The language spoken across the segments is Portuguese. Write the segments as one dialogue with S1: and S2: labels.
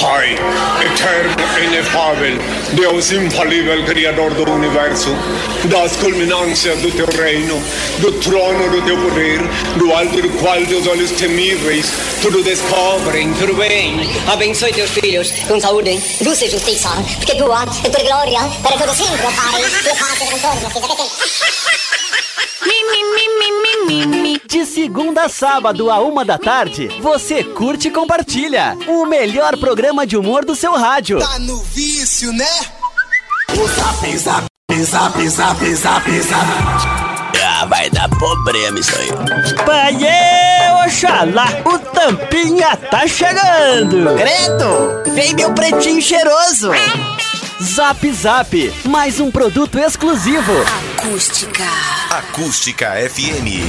S1: Pai, eterno, inefável, Deus infalível, Criador do Universo, das culminâncias do teu reino, do trono do teu poder, do alto do qual teus olhos temíveis tudo descobrem, tudo bem.
S2: Abençoe teus filhos com saúde.
S3: Luz e justiça, porque eh? tua é tua glória, para todo sempre, Pai, e paz e contorno,
S4: De segunda a sábado, a uma da tarde, você curte e compartilha. O melhor programa de humor do seu rádio.
S5: Tá no vício, né?
S6: O zap, zap, zap, zap, zap, zap. Ah, vai dar problema isso aí.
S4: Paiê, Oxalá, o Tampinha tá chegando.
S7: Credo, vem meu pretinho cheiroso.
S4: Zap Zap, mais um produto exclusivo.
S3: Ah.
S8: Acústica.
S9: Acústica FM.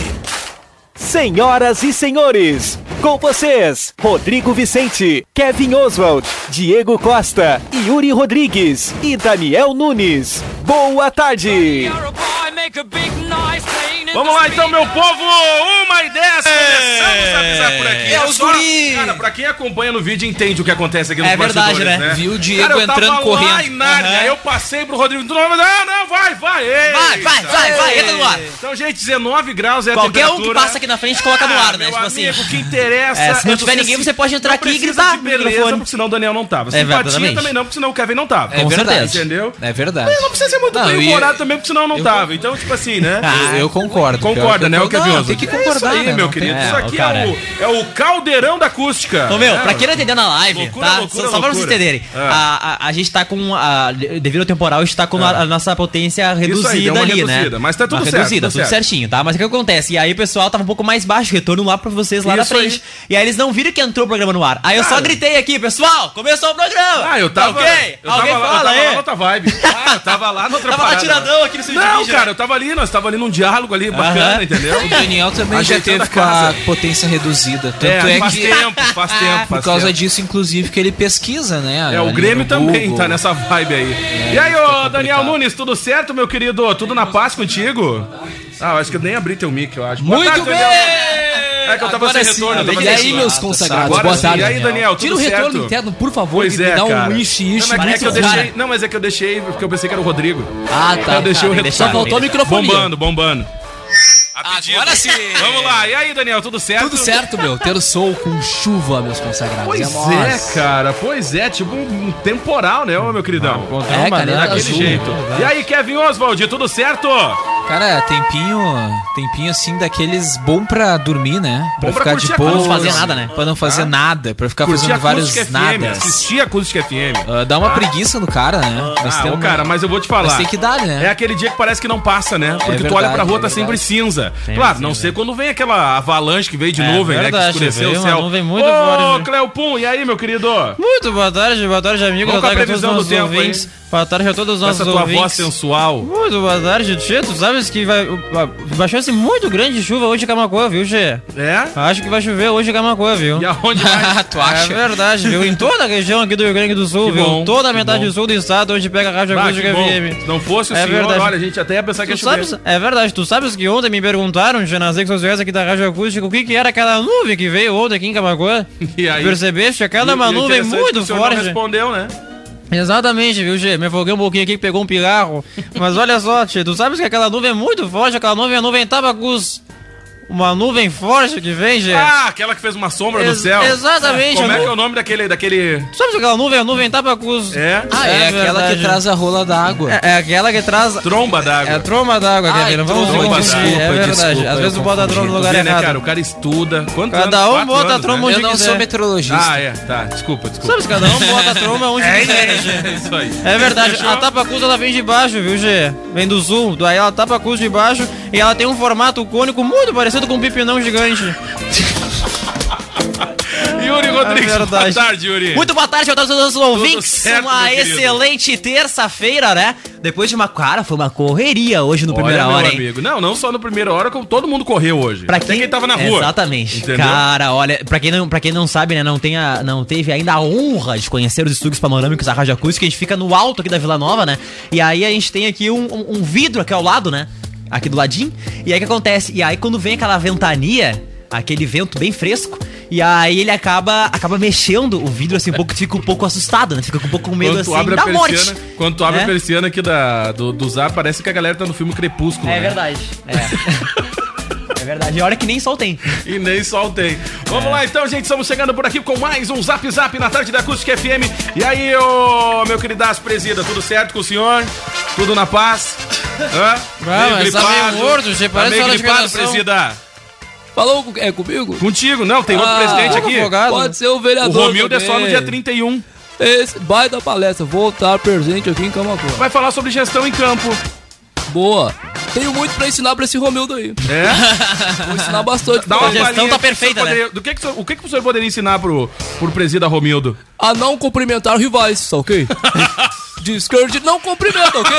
S4: Senhoras e senhores, com vocês, Rodrigo Vicente, Kevin Oswald, Diego Costa, Yuri Rodrigues e Daniel Nunes. Boa tarde!
S10: Vamos lá então, meu povo! Uma e dez! Começamos a pisar por aqui.
S7: É os
S10: Só-
S7: guri.
S10: Cara, pra quem acompanha no vídeo entende o que acontece aqui nos
S11: É verdade,
S10: bastidores,
S11: né? Viu o Diego
S10: Cara, eu
S11: entrando,
S10: tava Lá
S11: correndo.
S10: em Nárnia,
S11: Aham.
S10: Eu passei pro Rodrigo. Tu não vai... Não, não, vai, vai! eita.
S11: Vai, vai, vai, vai, entra no ar.
S10: Então, gente, 19 graus é a
S11: Qualquer um que
S10: temperatura.
S11: passa aqui na frente coloca no
S10: Ah,
S11: ar, né?
S10: Meu
S11: Tipo assim.
S10: amigo, o que interessa.
S11: É, se não
S10: é
S11: tiver ninguém, você pode entrar
S10: não
S11: aqui e
S10: precisa
S11: gritar
S10: de
S11: no
S10: beleza,
S11: microfone.
S10: porque senão o Daniel não tava.
S11: É,
S10: Simpatia
S11: exatamente.
S10: também não, porque senão o Kevin não tava.
S11: É
S10: Com
S11: verdade.
S10: certeza, Entendeu?
S11: É verdade.
S10: Não precisa ser muito
S11: Não,
S10: bem
S11: eu ia- Ah,
S10: humorado também, porque senão não tava. Então, tipo assim, né?
S11: Eu, eu concordo. Pior que
S10: Concorda,
S11: eu
S10: né, o
S11: concordo.
S10: Kevin
S11: Não,
S10: Oswald?
S11: Tem que
S10: É
S11: concordar,
S10: isso aí,
S11: né?
S10: meu
S11: Não tem-
S10: querido.
S11: é,
S10: isso aqui
S11: cara,
S10: é, o, é o caldeirão da acústica.
S11: Ô, meu,
S10: É,
S11: pra quem não entendeu na live,
S10: Loucura,
S11: tá?
S10: loucura,
S11: só, só pra vocês
S10: loucura.
S11: entenderem.
S10: É.
S11: A, a, a gente tá com. A, devido ao temporal, a gente tá com
S10: Ah.
S11: a, a nossa potência reduzida
S10: deu uma
S11: ali,
S10: reduzida,
S11: né?
S10: mas tá tudo
S11: Uma
S10: certo,
S11: reduzida,
S10: tudo
S11: tudo
S10: certo.
S11: certinho, tá? Mas o que acontece? E aí o pessoal tava um pouco mais baixo, retorno lá pra vocês lá na
S10: Isso aí.
S11: frente. E aí eles não viram que entrou o programa no ar. Aí eu só
S10: Cara.
S11: gritei aqui, pessoal, começou o programa!
S10: Ah, eu tava.
S11: Alguém?
S10: Eu tava,
S11: Alguém
S10: lá, eu
S11: fala
S10: tava lá
S11: aí?
S10: na outra vibe. Ah, eu tava lá na outra
S11: Tava lá
S10: parada.
S11: tiradão aqui no seu
S10: Não,
S11: vídeo, né?
S10: cara, eu tava ali, nós tava ali num diálogo ali bacana,
S11: Aham.
S10: entendeu?
S12: O Daniel também já
S10: Ajeitando
S12: teve
S10: a
S12: com a
S10: casa.
S12: potência reduzida. Tanto é,
S10: É, faz
S12: que.
S10: tempo, faz
S11: Ah,
S10: tempo.
S12: Por
S10: faz
S12: causa
S10: tempo.
S12: disso, inclusive, que ele pesquisa, né?
S10: É, o
S12: ali
S10: Grêmio
S12: no Google. É,
S10: também
S12: tá
S10: tá nessa vibe aí. E aí, ô Daniel Nunes, tudo certo, meu querido? Tudo na paz contigo? Ah, eu acho que eu nem abri teu mic, eu acho. Boa
S12: Muito
S10: tarde,
S12: bem!
S10: Daniel. É que eu tava
S12: Agora
S10: sem
S12: sim,
S10: retorno. eu tava
S12: E
S10: sem
S12: aí,
S10: retorno.
S12: meus consagrados?
S10: Agora
S12: Boa
S10: sim.
S12: tarde.
S10: E aí, Daniel,
S12: Tira o
S10: tudo
S12: retorno
S10: certo?
S12: interno, por favor,
S10: Pois
S12: que
S10: é,
S12: dá
S10: cara.
S12: um ishi, ishi.
S10: Não, mas é que eu
S12: muito raro.
S10: deixei, não, mas é que eu deixei, porque eu pensei que era o Rodrigo.
S12: Ah, tá.
S10: eu é. deixei o
S11: tem que
S10: retorno.
S11: deixar, tem que
S10: Bombando, bombando.
S12: Agora sim.
S10: Vamos lá, e aí, Daniel, tudo certo?
S12: né, Tudo certo, meu. Ter o sol com chuva, meus consagrados.
S10: Pois
S12: nóis.
S10: é, cara, pois é, tipo um temporal, né, ô, meu queridão?
S12: É, caneta
S10: né, Daquele
S12: azul.
S10: jeito.
S12: né,
S10: E aí, Kevin Oswald, tudo certo?
S12: Cara, tempinho, tempinho assim daqueles bom pra dormir, né? Pra
S10: Bom pra
S12: ficar
S10: curtir
S12: de
S10: a- pra
S12: boa.
S10: não
S11: fazer nada, né?
S12: Pra não fazer nada, pra ficar
S10: Curti
S12: fazendo vários
S10: Acústica FM,
S12: nadas.
S10: assisti Acústica FM.
S12: Ah, dá uma preguiça no cara, né? Mas
S10: Ah,
S12: tem
S10: ô,
S12: um-
S10: cara, mas eu vou te falar.
S12: Mas tem que dar, né?
S10: É aquele dia que parece que não passa, né? Porque tu
S12: verdade,
S10: olha pra rua,
S12: é
S10: tá
S12: verdade.
S10: sempre cinza. claro, não sei quando vem aquela avalanche que veio
S12: É
S10: de nuvem, né? Que
S11: verdade,
S10: escureceu
S11: veio
S10: o
S11: uma
S10: céu.
S11: nuvem muito
S10: Ô,
S11: forte, né?
S10: Cleopum, e aí, meu querido?
S11: Muito boa tarde, boa tarde, amigos.
S10: Vamos
S11: Boa
S10: com é a
S11: tarde a todos os
S10: previsão do
S11: nossos
S10: tempo aí.
S11: ouvintes. Boa tarde a todos os
S10: Com essa
S11: nossos
S10: tua voz
S11: ouvintes.
S10: sensual.
S11: Muito boa tarde, Tchê. Tu sabes que vai. Baixou-se muito grande chuva hoje em Camacuã, viu, Tchê?
S10: É?
S11: Acho que vai chover hoje em Camacuã, viu?
S10: E aonde mais?
S12: tu acha?
S11: É verdade, viu? Em toda a região aqui do Rio Grande do Sul,
S10: Que
S11: viu?
S10: bom,
S11: toda a
S10: que
S11: metade
S10: bom.
S11: do sul do estado onde pega a Rádio
S10: Bah,
S11: Acústica
S10: que bom.
S11: FM.
S10: Se não fosse o
S11: É
S10: senhor,
S11: verdade.
S10: olha, a gente tá até ia pensar que ia
S11: Tu
S10: chover.
S11: sabes, é verdade, tu sabes que ontem me perguntaram já nas redes sociais aqui da Rádio Acústica o que, que era aquela nuvem que veio ontem aqui em Camacuã.
S10: E aí?
S11: Percebeste? Aquela é uma
S10: E- e
S11: nuvem
S10: interessante que
S11: muito
S10: o senhor não
S11: forte.
S10: respondeu, né?
S11: Exatamente, viu, Gê? Me afoguei um pouquinho aqui que pegou um pigarro. Mas olha só, Tchê, tu sabes que aquela nuvem é muito forte, aquela nuvem é a nuvem Tabacus. Uma nuvem forte que vem, Gê.
S10: Ah, aquela que fez uma sombra no
S11: É. Ex-
S10: céu.
S11: exatamente,
S10: Como é
S11: eu
S10: que
S11: não-
S10: é o nome daquele... daquele...
S11: Tu sabes aquela nuvem é a nuvem Tabacus.
S10: É?
S12: Ah, é, aquela que
S11: verdade.
S12: traz a rola d'água.
S11: É, é aquela que traz.
S10: Tromba
S11: É a
S10: d'água.
S11: tromba d'água,
S12: Ai,
S11: Kevin. Não vamos se
S10: tromba
S11: confundir.
S10: d'água.
S11: É verdade.
S12: Desculpa,
S11: Às
S12: eu
S11: vezes tu bota a tromba no
S10: Tu
S11: lugar
S10: vê, né,
S11: errado.
S10: cara? O cara estuda. Quantos
S11: Cada
S10: anos?
S11: um
S10: Quatro
S11: bota a
S10: anos,
S11: tromba
S10: né?
S12: Eu não
S11: quiser.
S12: sou meteorologista.
S10: Ah, é. Tá, desculpa, desculpa.
S11: Sabes, cada um bota a tromba onde
S10: É,
S11: quiser, né,
S10: é,
S11: Gê?
S10: é, isso aí.
S11: É verdade,
S10: Fechou?
S11: a Tapacus ela vem de baixo, viu, Gê? Vem do sul, daí ela tapa cus de baixo e ela tem um formato cônico muito parecido com um pipinão gigante.
S10: Yuri Rodrigues,
S11: É
S10: boa
S11: verdade.
S10: tarde, Yuri.
S11: Muito boa tarde a todos os nossos ouvintes.
S10: certo,
S11: uma
S10: meu querido.
S11: excelente terça-feira, né? Depois de uma cara, foi uma correria hoje no primeira
S10: Olha, meu
S11: hora, hein?
S10: amigo. Não, não só na primeira hora, como todo mundo correu hoje.
S11: Pra
S10: Até
S11: quem...
S10: quem tava na rua.
S11: Exatamente.
S10: Entendeu?
S11: Cara, olha, pra quem, não, pra quem não sabe, né, não, tem a- não teve ainda a honra de conhecer os estúdios panorâmicos da Rádio Acústica, a gente fica no alto aqui da Vila Nova, né? E aí a gente tem aqui um, um- um vidro aqui ao lado, né? Aqui do ladinho. E aí o que acontece? E aí quando vem aquela ventania, aquele vento bem fresco, E aí ele acaba, acaba mexendo o vidro assim um pouco, tu fica um pouco assustado, né? Fica com um pouco com medo
S10: Quando tu
S11: assim
S10: abre a
S11: da
S10: persiana,
S11: morte.
S10: quando tu abre
S11: né?
S10: a persiana aqui da, do, do Zar, parece que a galera tá no filme Crepúsculo. né?
S11: É verdade. É. é verdade. E olha que nem sol tem.
S10: E nem soltei.
S12: É.
S10: Vamos lá então, gente. Estamos chegando por aqui com mais um Zap Zap na tarde da Acústica FM. E aí, ô, meu queridaço presida, tudo certo com o senhor? Tudo na paz? Hã?
S12: Ah, mas tá meio morto, você
S10: tá
S12: parece
S10: meio
S12: hora de
S10: gripado,
S12: gravação.
S10: presida.
S5: Falou com- é, comigo?
S10: Contigo, não, tem outro
S5: Ah,
S12: Tá
S10: presidente aqui.
S5: advogado, Pode né? ser o vereador
S10: O Romildo é só no
S5: também.
S10: dia 31.
S5: Esse vai da palestra, vou estar presente aqui em Camacuã.
S10: Vai falar sobre gestão em campo.
S5: Boa. Tenho muito pra ensinar pra esse Romildo aí.
S10: É?
S5: Vou ensinar bastante.
S10: Dá
S5: pra
S10: uma
S5: ele.
S10: palhinha que o senhor poderia- do que que o, senhor, o que que o senhor poderia ensinar pro, pro presida Romildo?
S5: A não cumprimentar rivais, tá ok? De esquerda não cumprimenta, ok?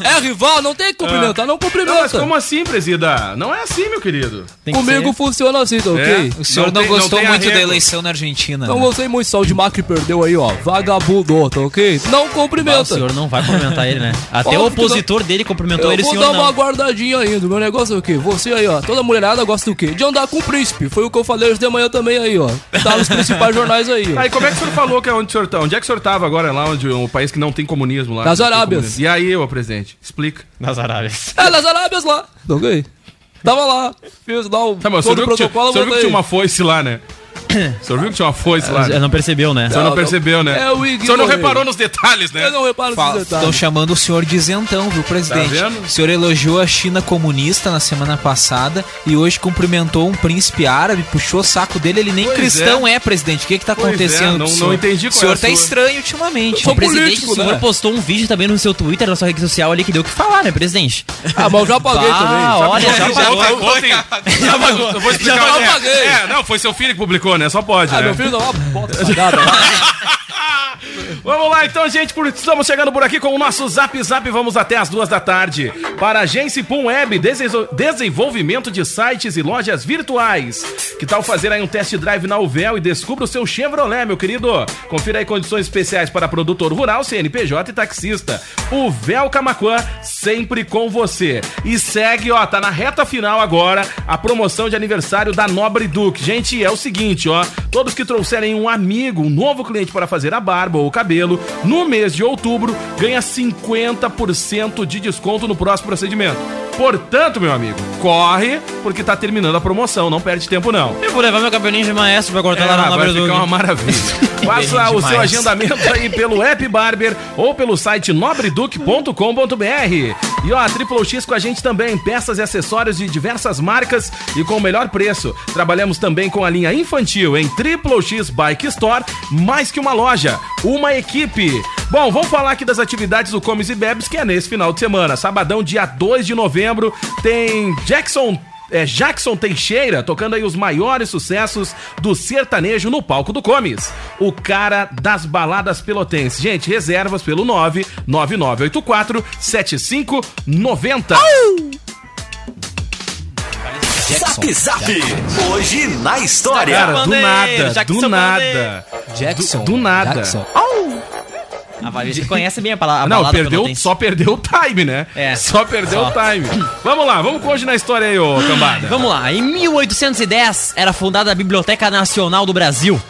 S5: É rival, não tem que
S10: Ah.
S11: tá?
S5: cumprimentar, não cumprimenta.
S10: Não, mas como assim, presida? Não é assim, meu querido.
S5: Comigo funciona assim,
S10: É.
S5: tá ok?
S12: O senhor não, gostou muito da eleição na
S11: né?
S12: Argentina.
S5: Não gostei muito só o de Mac que perdeu aí, ó. Vagabundo, tá ok? Não cumprimenta.
S11: Ah, o senhor não vai cumprimentar ele, né? Até
S5: Óbvio
S11: o
S5: que não.
S11: opositor dele cumprimentou
S5: Eu
S11: ele, o
S5: vou
S11: senhor
S5: dar uma
S11: não.
S5: guardadinha ainda. Meu negócio é o quê? Você aí, ó. Toda mulherada gosta do quê? De andar com o príncipe. Foi o que eu falei hoje de manhã também aí, ó. Tá nos principais jornais aí, ó.
S10: Aí, como é que o senhor falou que é onde o senhor tá? Onde é que o senhor tava agora, lá onde um país que não tem comunismo lá?
S5: Nas
S10: Não tem
S5: Arábias.
S10: comunismo. E aí, ô presidente, explica.
S11: Nas Arábias.
S5: É, nas Arábias lá. Tá ok? Tava lá. Fiz lá o,
S10: Tá, mas o senhor
S5: todo
S10: viu,
S5: o
S10: que tinha, o
S5: protocolo,
S10: senhor viu que
S5: botei.
S10: tinha uma foice lá, né? O senhor viu que tinha uma foice lá?
S11: Ele
S10: Né?
S11: não percebeu, né?
S10: O senhor
S5: Não,
S10: não
S5: não.
S10: percebeu, né?
S5: É, eu
S10: o senhor não
S5: ignorei.
S10: reparou nos detalhes, né?
S5: Eu não reparo
S12: Fala-
S5: esses
S12: Estão
S5: detalhes.
S12: chamando o senhor de isentão, viu, presidente?
S10: Tá vendo?
S12: O senhor elogiou a China comunista na semana passada e hoje cumprimentou um príncipe árabe, puxou o saco dele, ele nem
S10: Pois
S12: cristão é, presidente. O que que tá
S10: Pois é,
S12: acontecendo?
S10: não-
S12: com o
S10: não
S12: senhor?
S10: entendi
S12: O
S10: qual é
S12: senhor
S10: a
S12: tá
S10: sua.
S12: estranho ultimamente.
S5: sou
S12: né?
S11: Presidente,
S5: político,
S11: o senhor
S5: né?
S11: postou um vídeo também no seu Twitter, na sua rede social ali, que deu o que falar, né, presidente?
S5: Ah, mas eu já paguei
S11: Ah,
S5: também.
S11: olha, já
S10: Ontem-
S11: pagou.
S10: ontem- Já pagou. Eu vou explicar
S5: Já
S10: o que é.
S5: paguei.
S10: É, não, foi seu filho que publicou, né? Só pode,
S5: Ah,
S10: né?
S11: É.
S5: meu filho, dá uma bota pagada lá.
S10: Vamos lá então, gente, por- estamos chegando por aqui com o nosso Zap Zap, vamos até as duas da tarde. Para a Agência Pum Web, desenso- desenvolvimento de sites e lojas virtuais. Que tal fazer aí um test drive na Uvel e descubra o seu Chevrolet, meu querido? Confira aí condições especiais para produtor rural, CNPJ e taxista. Uvel Camacuã, sempre com você. E segue, ó, tá na reta final agora a promoção de aniversário da Nobre Duque. Gente, é o seguinte, ó, todos que trouxerem um amigo, um novo cliente para fazer a barba ou o cabelo, no mês de outubro, ganha 50% de desconto no próximo procedimento. Portanto, meu amigo, corre, porque tá terminando a promoção, não perde tempo não.
S11: Eu vou levar meu cabelinho de maestro pra cortar lá
S10: Ah,
S11: na
S10: vai
S11: obra do...
S10: ficar uma maravilha. Faça
S11: Bem
S10: o seu
S11: demais.
S10: agendamento aí pelo app Barber ou pelo site nobreduc.com.br. E ó, a Triple X com a gente também, peças e acessórios de diversas marcas e com o melhor preço. Trabalhamos também com a linha infantil em Triple X Bike Store, mais que uma loja, uma equipe. Bom, vamos falar aqui das atividades do Comes e Bebes, que é nesse final de semana. Sabadão, dia 2 de novembro, tem Jackson é Jackson Teixeira tocando aí os maiores sucessos do sertanejo no palco do Comes. O cara das baladas pelotenses. Gente, reservas pelo 99984 7590.
S6: Zap Zap. Hoje na história.
S10: Cara, do
S11: Bandeira,
S10: nada, do
S11: Jackson
S10: nada.
S5: Jackson.
S10: Do nada.
S5: Jackson.
S11: A Valência conhece bem a palavra.
S10: Não, perdeu, só perdeu o time, né?
S11: É.
S10: Só perdeu
S11: Só. Hum,
S10: o time. Vamos lá, vamos hoje na história aí, ô cambada.
S11: Vamos lá, em 1810 era fundada a Biblioteca Nacional do Brasil.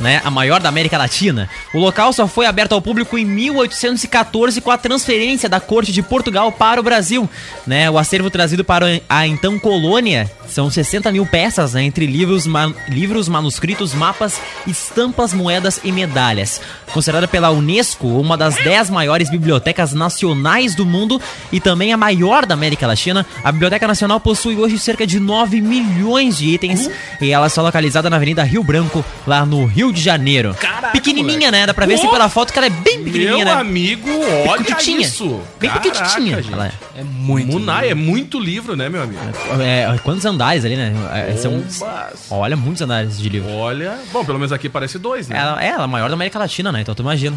S11: Né, a maior da América Latina. O local só foi aberto ao público em 1814 com a transferência da corte de Portugal para o Brasil. Né, o acervo trazido para a então colônia são 60 mil peças, né, entre livros, ma- livros, manuscritos, mapas, estampas, moedas e medalhas. Considerada pela Unesco uma das 10 maiores bibliotecas nacionais do mundo e também a maior da América Latina, a Biblioteca Nacional possui hoje cerca de 9 milhões de itens e ela está localizada na Avenida Rio Branco, lá no Rio de Janeiro. pequenininha, né? Dá pra ver assim
S10: Pô!
S11: pela foto que ela é bem
S10: Meu
S11: pequenininha, né?
S10: amigo, olha
S11: Pequititinha.
S10: isso.
S11: Bem pequititinha.
S10: Caraca,
S11: Ela é.
S10: gente. É muito. Munai é muito livro, né, meu amigo?
S11: É, quantos andares ali, né? É, São,
S10: Bombas.
S11: olha, muitos andares de livro.
S10: Olha, bom, pelo menos aqui parece dois, né?
S11: Ela, é, ela é a maior da América Latina, né? Então tu imagina.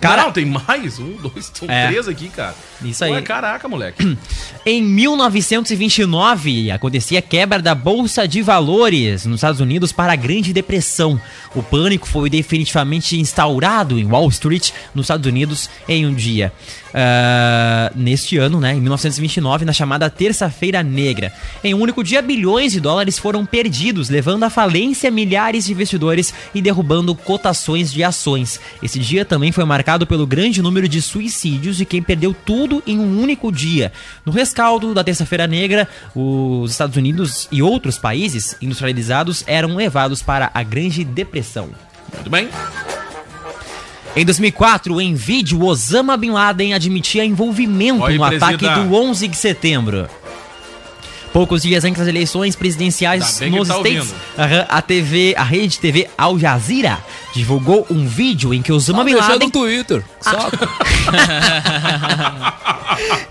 S10: Cara, não, tem mais. Um, dois, são
S11: É.
S10: três aqui, cara.
S11: Isso aí.
S10: Ué, caraca, moleque.
S11: Em 1929, acontecia a quebra da Bolsa de Valores nos Estados Unidos para a Grande Depressão. O pânico foi definitivamente instaurado em Wall Street, nos Estados Unidos, em um dia. Ah, neste ano, né, em 1929, na chamada Terça-feira Negra. Em um único dia, bilhões de dólares foram perdidos, levando à falência milhares de investidores e derrubando cotações de ações. Esse dia também foi marcado pelo grande número de suicídios de quem perdeu tudo em um único dia. No rescaldo da Terça-feira Negra, os Estados Unidos e outros países industrializados eram levados para a Grande Depressão.
S10: Muito bem.
S11: Em 2004, em vídeo, Osama Bin Laden admitia envolvimento
S10: Olha aí,
S11: no ataque
S10: presida.
S11: do 11 de setembro. Poucos dias antes das eleições
S10: Tá
S11: presidenciais
S10: bem que
S11: nos
S10: tá
S11: States,
S10: ouvindo.
S11: aham, a TV, a rede TV Al Jazeera divulgou um vídeo em que Osama
S5: Tá
S11: Bin
S5: mexendo
S11: Laden
S5: no Twitter.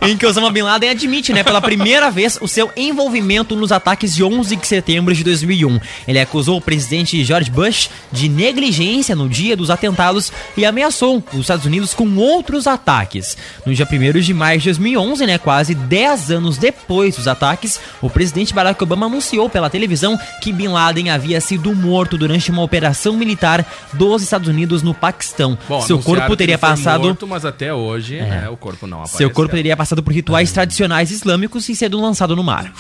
S11: em que Osama Bin Laden admite, né, pela primeira vez, o seu envolvimento nos ataques de 11 de setembro de 2001. Ele acusou o presidente George Bush de negligência no dia dos atentados e ameaçou os Estados Unidos com outros ataques. No dia 1 de maio de 2011, né, quase 10 anos depois dos ataques, o presidente Barack Obama anunciou pela televisão que Bin Laden havia sido morto durante uma operação militar dos Estados Unidos no Paquistão. seu
S10: anunciaram que
S11: corpo
S10: ele
S11: teria
S10: foi
S11: passado
S10: Morto, mas até hoje, né, o corpo não apareceu.
S11: seu corpo teria passado por rituais tradicionais islâmicos e sendo lançado no mar.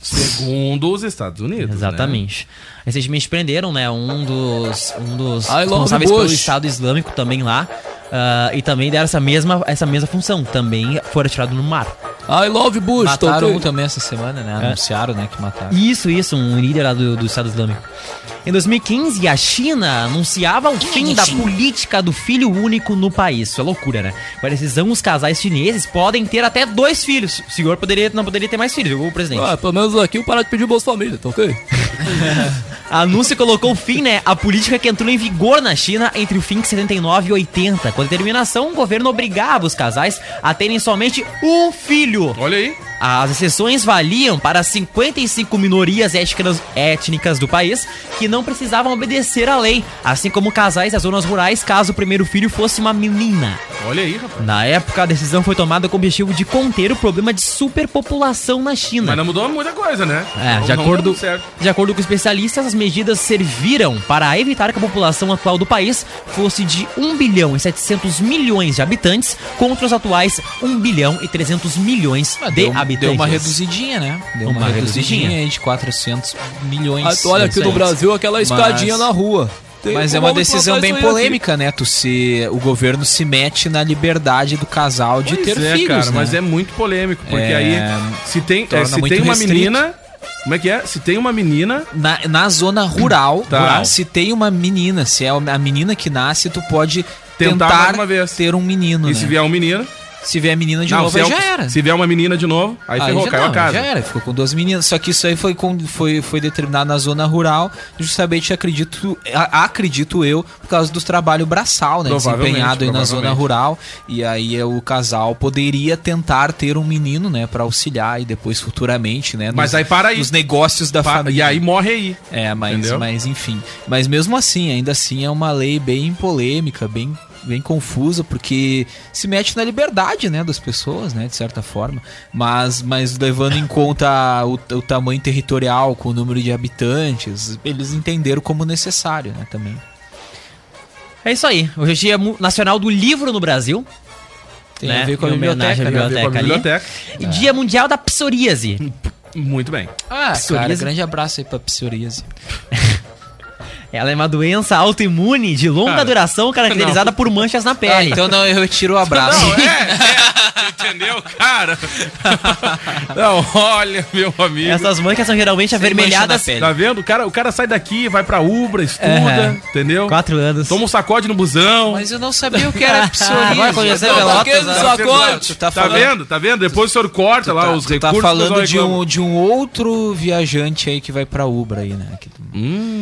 S10: Segundo os Estados Unidos. né?
S11: Exatamente. Recentemente prenderam, né, um dos, um dos
S5: I love
S11: responsáveis
S5: Bush.
S11: pelo Estado Islâmico também lá. ah, e também deram essa mesma, essa mesma função. Também foram atirados no mar.
S5: I love Bush. tá
S12: Mataram
S5: tô-
S12: um também essa semana, né? Anunciaram, né, que mataram.
S11: Isso, isso, um líder lá do, do Estado Islâmico. Em 2015, a China anunciava o fim da política do filho único no país. Isso é loucura, né? Com a decisão, os casais chineses podem ter até dois filhos. O senhor poderia, não poderia ter mais filhos, o presidente.
S5: Ah, pelo menos aqui eu parar de pedir Bolsa Família, tá ok?
S11: A anúncio colocou fim, né, à política que entrou em vigor na China entre o fim de 79 e 80. Com a determinação, o governo obrigava os casais a terem somente um filho.
S10: Olha aí.
S11: As exceções valiam para 55 minorias étnicas, étnicas do país que não precisavam obedecer à lei, assim como casais das zonas rurais caso o primeiro filho fosse uma menina.
S10: Olha aí, rapaz.
S11: Na época, a decisão foi tomada com o objetivo de conter o problema de superpopulação na China.
S10: Mas não mudou muita coisa, né?
S11: É,
S12: Então
S10: Não-
S11: de
S10: não
S11: acordo,
S10: deu certo.
S11: de acordo com especialistas, as medidas serviram para evitar que a população atual do país fosse de 1 bilhão e 700 milhões de habitantes contra os atuais 1 bilhão e 300 milhões
S12: Ah,
S11: de
S12: deu,
S11: habitantes.
S12: deu uma reduzidinha, né? Deu uma,
S11: Uma
S12: reduzidinha,
S11: reduzidinha.
S12: aí de 400 milhões. É
S5: Ah, tu olha aqui no
S12: Isso aí.
S5: Brasil aquela escadinha
S12: Mas-
S5: na rua. Tem
S12: Mas é
S5: como
S12: uma decisão
S5: implantar
S12: bem
S5: isso aí
S12: polêmica, né? Tu se o governo se mete na liberdade do casal de
S10: Pois
S12: ter
S10: é,
S12: filhos,
S10: cara,
S12: né?
S10: mas é muito polêmico, porque
S12: É,
S10: aí se tem, é,
S12: torna
S10: se
S12: muito
S10: tem uma
S12: restrito.
S10: menina, como é que é? Se tem uma menina,
S12: na, na zona rural,
S10: Tá.
S12: rural, se tem uma menina, se é a menina que nasce, tu pode
S10: Tentar
S12: tentar,
S10: mais uma vez.
S12: ter um menino,
S10: e
S12: né?
S10: se vier um menino,
S12: Se vier menina de
S10: não,
S12: novo,
S10: se,
S12: aí
S10: é um-
S12: já era.
S10: se vier uma menina de novo, aí, ferrou,
S12: já
S10: caiu
S12: não,
S10: a casa.
S12: Já era, ficou com duas meninas. Só que isso aí foi, com, foi, foi determinado na zona rural, justamente acredito, a- acredito eu, por causa do trabalho braçal, né?
S10: Provavelmente,
S12: Desempenhado aí na zona
S10: provavelmente.
S12: rural. E aí é, o casal poderia tentar ter um menino, né? Pra auxiliar e depois futuramente, né?
S10: Mas aí para aí.
S12: Nos negócios da
S10: Pa- E
S12: família.
S10: aí morre aí.
S12: É, mas,
S10: Entendeu?
S12: mas enfim. Mas mesmo assim, ainda assim é uma lei bem polêmica, bem, bem confusa, porque se mete na liberdade, né, das pessoas, né, de certa forma. Mas, mas levando em conta o, o tamanho territorial, com o número de habitantes, eles entenderam como necessário, né, também.
S11: É isso aí. Hoje é dia mu- nacional do livro no Brasil.
S12: Tem
S11: né?
S12: a ver com a
S11: Em homenagem
S12: biblioteca. né?
S11: à
S10: Tem a ver com a biblioteca.
S11: ali. E Dia mundial da psoríase.
S10: Muito bem.
S12: Ah, cara,
S11: Psoríase.
S12: grande abraço aí pra psoríase.
S11: Ela é uma doença autoimune de longa
S10: Cara,
S11: duração caracterizada por manchas na pele.
S12: então não, eu retiro o abraço.
S10: É, Entendeu, cara? Não, olha, meu amigo.
S11: Essas manchas são geralmente avermelhadas.
S12: mancha na
S10: Tá vendo? O cara, o cara sai daqui, vai pra Ubra, estuda,
S11: Aham.
S10: entendeu?
S11: Quatro anos.
S12: Então
S10: Toma um sacode no busão.
S12: É. Mas é eu não sabia o que era psoríase.
S11: Vai conhecer
S12: Não,
S8: tá
S5: Tá
S11: Pelotas,
S12: aquele
S11: né?
S12: sacode.
S10: Tá, vendo? Tá vendo? Depois o senhor corta lá
S12: tá,
S10: os
S12: tu
S10: recursos.
S12: Tá
S10: o
S12: falando
S10: pessoal
S12: de
S10: reclama.
S12: um, de um outro viajante aí que vai pra Ubra aí, né? Que,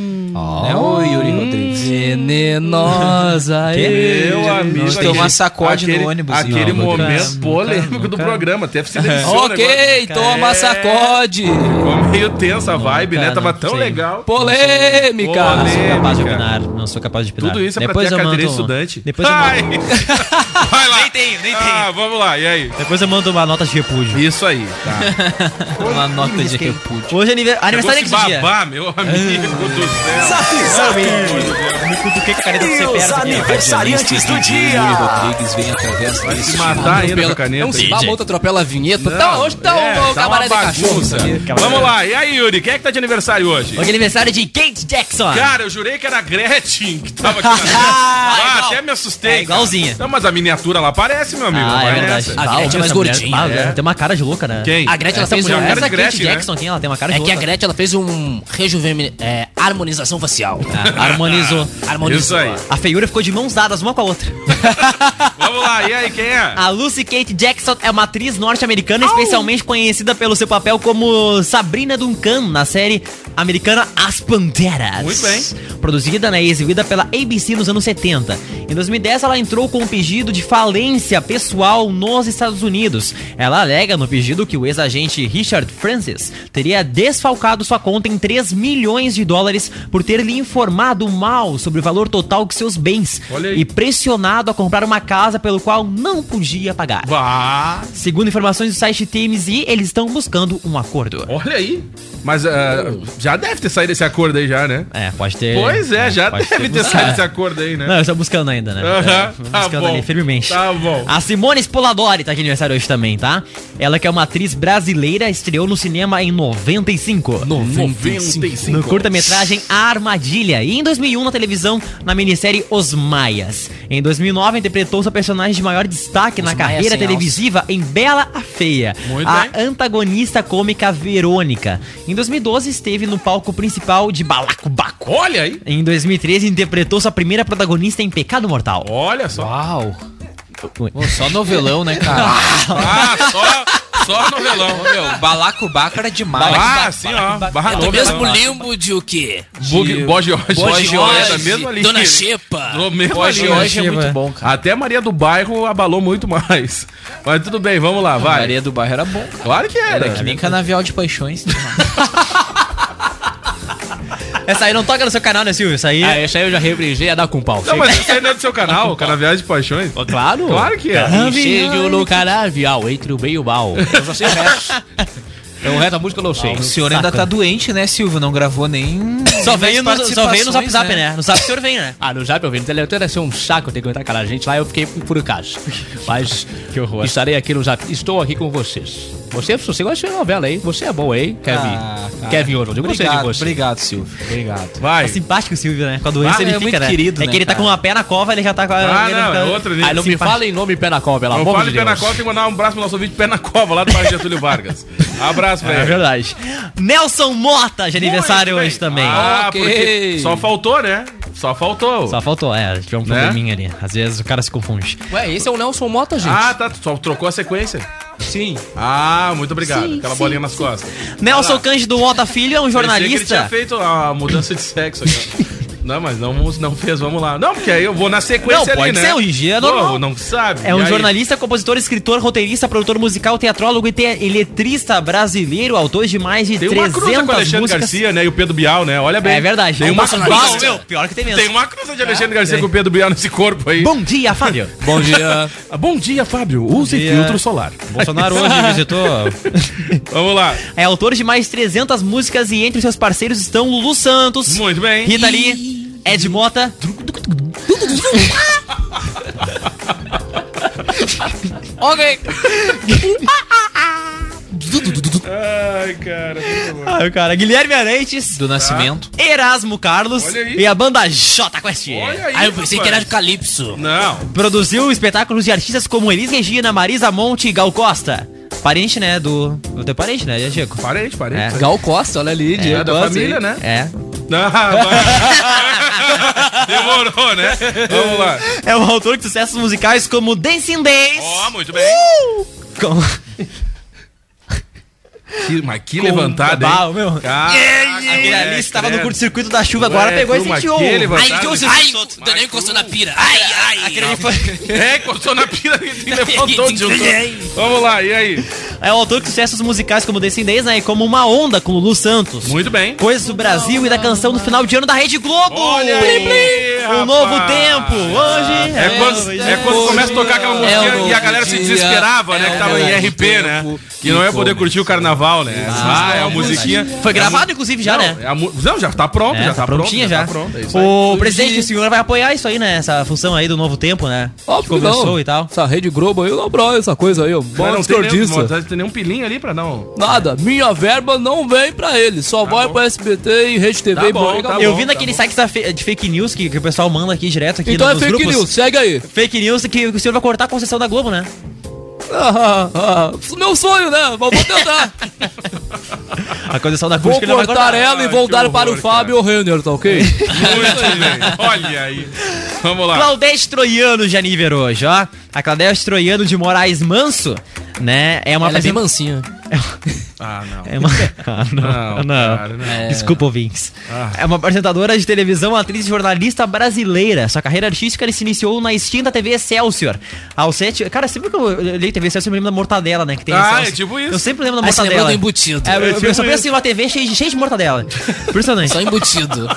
S12: né? O Yuri Rodrigues.
S5: Venenosa.
S12: Que?
S5: e-
S10: Meu amigo.
S12: tomar sacode no
S10: aquele,
S12: ônibus,
S10: Aquele
S12: não, vou
S10: momento
S12: nunca
S10: polêmico do programa, até se um denunciou o
S5: ok, então
S10: negócio.
S5: toma
S10: É,
S5: sacode.
S10: Ficou meio tensa a vibe, né?
S11: cara,
S10: Tava
S11: não
S10: tão
S11: sei.
S10: legal.
S5: Polêmica.
S11: Não sou capaz de
S10: Polêmica.
S11: opinar. Não sou capaz de opinar.
S10: Tudo isso é pra
S11: Depois
S10: ter a
S11: eu
S10: carteira de
S11: mando- um-
S10: estudante.
S11: Depois eu
S10: Ai,
S11: mando-
S10: Vai lá.
S11: Nem tenho, nem tenho.
S10: Ah, vamos lá, e aí?
S11: Depois eu mando uma nota de repúdio.
S10: Isso aí, tá.
S11: Uma nota de repúdio. Hoje é anive-
S10: Chegou
S11: aniversário é
S10: se
S11: que dia?
S10: babá, meu amigo do céu.
S11: Me cutuquei com a caneta do
S6: E os
S11: CPF aqui, ó.
S6: aniversariantes do dia.
S12: Yuri Rodrigues vem através
S10: Vai se
S12: deste
S5: tá
S10: matar ainda com a caneta.
S8: É um
S5: Não se pá,
S10: aí.
S5: uma outra atropela a vinheta.
S10: Não,
S5: tá, hoje tá
S10: é,
S5: um
S10: tá uma
S5: cabaré de cachorro.
S10: bagunça.
S11: sabe? Cabaré.
S10: Vamos lá, e aí, Yuri? Quem é que tá de aniversário hoje?
S11: Hoje é aniversário de Kate Jackson.
S10: Cara, eu jurei que era a Gretchen que tava aqui na mesa. Ah,
S11: É igual.
S10: até me assustei.
S11: É igualzinha.
S10: Não, mas a miniatura lá parece, meu amigo.
S11: ah,
S10: não
S11: é
S10: vai
S11: verdade.
S10: nessa.
S11: A
S5: Tá,
S11: Gretchen é
S5: mais
S11: mais
S5: gordinha.
S11: gordinha.
S10: É.
S11: Tem uma cara de louca, né?
S10: Quem?
S5: A Gretchen, ela
S11: Essa
S5: fez
S11: mulher,
S5: um...
S10: cara
S11: essa
S10: de
S11: Kate
S10: Gretchen, né?
S11: Jackson aqui, ela tem uma cara de
S5: É que
S11: louca.
S5: a Gretchen, ela fez um rejuven... é, harmonização facial.
S11: Ah, harmonizou.
S5: Harmonizou.
S10: Isso aí.
S11: A feiura ficou de mãos dadas uma com a outra.
S10: Vamos lá, e aí, quem é?
S11: A Lucy Kate Jackson é uma atriz norte-americana especialmente conhecida pelo seu papel como Sabrina Duncan na série americana As Panteras.
S10: Muito bem.
S11: Produzida né, e exibida pela ABC nos anos 70. Em 2010, ela entrou com um pedido de falência pessoal nos Estados Unidos. Ela alega no pedido que o ex-agente Richard Francis teria desfalcado sua conta em 3 milhões de dólares por ter lhe informado mal sobre o valor total de seus bens
S10: Olha aí.
S11: e pressionado a comprar uma casa pelo qual não podia pagar.
S10: Vá.
S11: Segundo informações do site TMZ, eles estão buscando um acordo.
S10: Olha aí. Mas ah, já deve ter saído esse acordo aí já, né?
S11: É, pode ter.
S10: Pois é, já
S11: pode
S10: deve ter
S11: buscado.
S10: saído esse acordo aí, né?
S11: Não, eu estou buscando ainda, né?
S10: Aham,
S11: Tô
S10: tá
S11: buscando
S10: bom.
S11: ali firmemente.
S10: Tá bom.
S11: A Simone Spoladori tá de aniversário hoje também, tá? Ela que é uma atriz brasileira, estreou no cinema em 95.
S10: 95.
S11: No curta-metragem A Armadilha e em 2001 na televisão na minissérie Os Maias. Em 2009 interpretou sua personagem de maior destaque na
S5: Maias
S11: carreira
S5: sem
S11: televisiva em Bela a Feia,
S10: Muito
S11: a
S10: bem.
S11: antagonista cômica Verônica. Em 2012 esteve no palco principal de Balacobaco.
S10: Olha aí.
S11: Em 2013 interpretou sua primeira protagonista em Pecado Mortal.
S10: Olha só.
S12: Uau! Pô, só novelão, né, cara?
S10: Ah, só, só novelão.
S12: Ô, meu, balacobaco era demais.
S10: Ah, assim, ó. Barra
S5: É do
S10: novelão.
S5: mesmo limbo de o quê?
S10: Bug- Bogiorge.
S5: Bogiorge,
S10: da mesma linha.
S5: Dona Xepa.
S10: Do mesmo
S12: Hoje,
S10: linha.
S12: hoje é muito bom, cara.
S10: Até Maria do Bairro abalou muito mais. Mas tudo bem, vamos lá, vai.
S12: Maria do Bairro era bom, cara.
S10: Claro que é, né? era.
S12: Era que nem canavial de paixões.
S11: Essa aí não toca no seu canal, né, Silvio? Essa aí.
S5: Ah, essa aí eu já rebrijei a dar com pau.
S10: Não, mas isso aí não é do seu canal, Canaviais de Paixões?
S5: Claro. Tá.
S10: Claro que é.
S5: Incêndio no canavial, entre Ah, o bem e o mal. Eu só sei o resto. Então, o resto da música eu não sei.
S12: O senhor ainda tá doente, né, Silvio? Não gravou nem.
S11: Só
S12: nem
S11: veio,
S12: as
S11: no, só veio no Zap
S12: participações,
S11: Zap, né? No Zap o senhor vem, né?
S5: Ah, no Zap eu vi no Teleton, era ser um saco ter que entrar com aquela gente lá, eu fiquei por acaso. Mas que horror. estarei aqui no Zap, estou aqui com vocês. Você, você gosta de novela, hein? Você é bom, hein, Kevin?
S12: Ah, cara.
S5: Kevin Oswald, eu gostei de
S12: Obrigado,
S5: você.
S12: obrigado, Silvio. Obrigado.
S10: Vai.
S11: Tá simpático o Silvio, né? Com a doença
S12: Ah,
S11: ele
S12: é
S11: fica,
S12: muito
S11: né?
S12: querido,
S11: é
S12: né,
S11: que ele tá
S12: cara?
S11: com uma pé na cova, ele já tá com a...
S10: Ah,
S11: ele
S10: não,
S11: tá-
S10: é outra
S5: Ah,
S10: linha.
S5: não me fala em nome pé na cova, pelo
S10: Não
S5: amor
S10: fale
S5: de
S10: pé
S5: Deus.
S10: na costa e mandar um abraço pro nosso vídeo pé na cova, lá do Parque Getúlio Vargas. Abraço pra
S11: É
S10: ele.
S11: verdade. Nelson Mota de aniversário
S10: Muito bem.
S11: hoje também.
S10: Ah,
S5: Ok.
S10: porque só faltou, né? Só faltou.
S11: Só faltou, é, tive um
S10: Né?
S11: probleminha ali. Às vezes o cara se confunde.
S5: Ué, esse é o Nelson Mota, gente.
S10: Ah, tá. Só trocou a sequência.
S5: sim.
S10: Ah, muito obrigado. Aquela bolinha nas costas.
S11: Nelson Cândido Mota Filho é um
S10: Pensei Ah. que ele tinha
S11: jornalista.
S10: feito a mudança de sexo aqui. Não, mas não, não fez, vamos lá. Não, porque aí eu vou na sequência
S11: Não,
S10: ali,
S11: pode
S10: né?
S11: ser, o IG é
S10: Pô,
S11: normal.
S10: não sabe.
S11: É um
S10: E aí?
S11: jornalista, compositor, escritor, roteirista, produtor musical, teatrólogo e te eletrista brasileiro, autor de mais de
S10: Tem uma cruza com o
S11: 300
S10: Alexandre
S11: músicas.
S10: Garcia, né? E o Pedro Bial, né? Olha bem.
S11: É verdade.
S10: Tem uma,
S11: Uau,
S10: cruza,
S11: meu, pior que tem mesmo. É.
S10: tem uma cruza de Alexandre Garcia com o Pedro Bial nesse corpo aí.
S11: Bom dia, Fábio.
S5: Bom dia.
S10: Ah, Bom dia, Fábio. Use
S11: dia.
S10: filtro solar.
S11: Bolsonaro hoje visitou
S10: Vamos lá.
S11: É autor de mais 300 músicas e entre seus parceiros estão Lulu Santos,
S10: Muito bem.
S11: Rita Lee, Ed Mota.
S5: ok.
S10: Ai, cara.
S11: Ah, cara, Guilherme Arantes,
S12: Do Nascimento.
S11: Erasmo Carlos
S10: Olha aí.
S11: e a banda J Quest. Ah,
S10: Olha aí,
S5: Aí eu pensei que era
S10: rapaz.
S5: de Calypso.
S10: Não.
S11: Produziu espetáculos de artistas como Elis Regina, Marisa Monte e Gal Costa. Parente, né? Do. Do teu parente, né, Diego?
S10: Parente, parente.
S5: Gal Costa, olha ali,
S10: É,
S5: Diego.
S10: da
S5: olha
S10: família,
S5: aí.
S10: né?
S11: É.
S10: Ah, vai. Demorou, né? Vamos lá.
S11: É um autor de sucessos musicais como Dancing Days.
S10: Ó, muito bem.
S11: Com-
S10: Que- mas que levantada,
S11: bah,
S10: hein?
S11: meu.
S10: Caraca,
S11: Aquele ali
S10: é,
S11: estava no
S10: credo.
S11: curto-circuito da chuva, agora
S10: É,
S11: pegou e
S10: turma,
S11: sentiu.
S10: que
S11: Aí
S10: levantada.
S11: ele deu o
S10: Ai,
S11: susto.
S5: O Daniel encostou na pira. Ai, ai.
S11: Aquele ali foi-
S10: É, cortou na pira e levantou de um Vamos lá, e aí?
S11: É o autor de sucessos musicais como Descendência, né? E como Uma Onda com Lulu Santos.
S10: Muito bem.
S11: Coisas do Brasil e da canção do final de ano da Rede Globo.
S10: Olha aí,
S11: Um
S10: rapaz.
S11: novo tempo. Hoje.
S10: É quando, é quando começa a tocar aquela musiquinha
S11: É um
S10: e a galera se
S11: novo
S10: desesperava,
S11: dia,
S10: né?
S11: é
S10: Que
S11: um
S10: tava em
S11: novo
S10: RP, né? Que não ia poder curtir o carnaval, né? Ah, é a musiquinha.
S11: Foi
S10: gravado,
S11: gravado, inclusive, já, né?
S10: Não, é já tá pronto,
S11: É,
S10: já tá pronto.
S11: prontinha já.
S10: tá pronto, é isso aí.
S11: o presidente do senhor vai apoiar isso aí, né? Essa função aí do novo tempo, né?
S8: Óbvio que
S11: Conversou
S8: não.
S11: e tal.
S8: Essa rede Globo aí, não brother, essa coisa aí, ó.
S10: Mas
S8: Bola
S10: não tem nem,
S8: desperdício.
S10: não tem nem um pilinho ali pra não.
S8: Nada, minha verba não vem pra ele, só vai pra SBT e Rede TV
S10: Tá
S8: e
S10: bom,
S8: Bolinha.
S10: tá
S11: eu
S10: bom,
S11: vi
S10: tá
S11: naquele site da fe- de fake news que, que o pessoal manda aqui direto aqui
S8: Então
S11: no-
S8: é
S11: nos
S8: fake
S11: grupos.
S8: news, segue aí.
S11: Fake news que o senhor vai cortar a concessão da Globo, né?
S8: Ah, ah, ah, meu sonho, né? Vou tentar.
S11: A concessão da Globo
S8: vou
S11: que ele vai
S8: cortar
S11: cortar.
S8: ela e vou dar para o Fábio Renner, tá ok?
S10: Muito bem. Olha aí. Vamos lá.
S11: Claudete Troiano de aniversário hoje, ó. A Claudete Troiano de Moraes Manso, né? É uma
S8: Ela é bem
S11: mansinha.
S10: Ah, não.
S11: É uma... Ah, não,
S10: Não,
S11: não.
S10: cara, não. É.
S11: Desculpa, ouvintes.
S10: Ah.
S11: É uma apresentadora de televisão, atriz e jornalista brasileira. Sua carreira artística ela se iniciou na extinta TV Excelsior. Aos sete... Cara, sempre que eu leio TV Excelsior, eu me lembro da mortadela, né? Que tem
S10: Ah,
S11: Excelsior.
S10: é tipo isso.
S11: Eu sempre lembro da
S8: Aí Ah, você
S11: mortadela.
S8: lembrou do embutido.
S11: É, eu,
S8: É
S11: eu
S8: tipo
S11: só penso em uma TV cheia de, cheia de mortadela. Impressionante.
S8: Só embutido.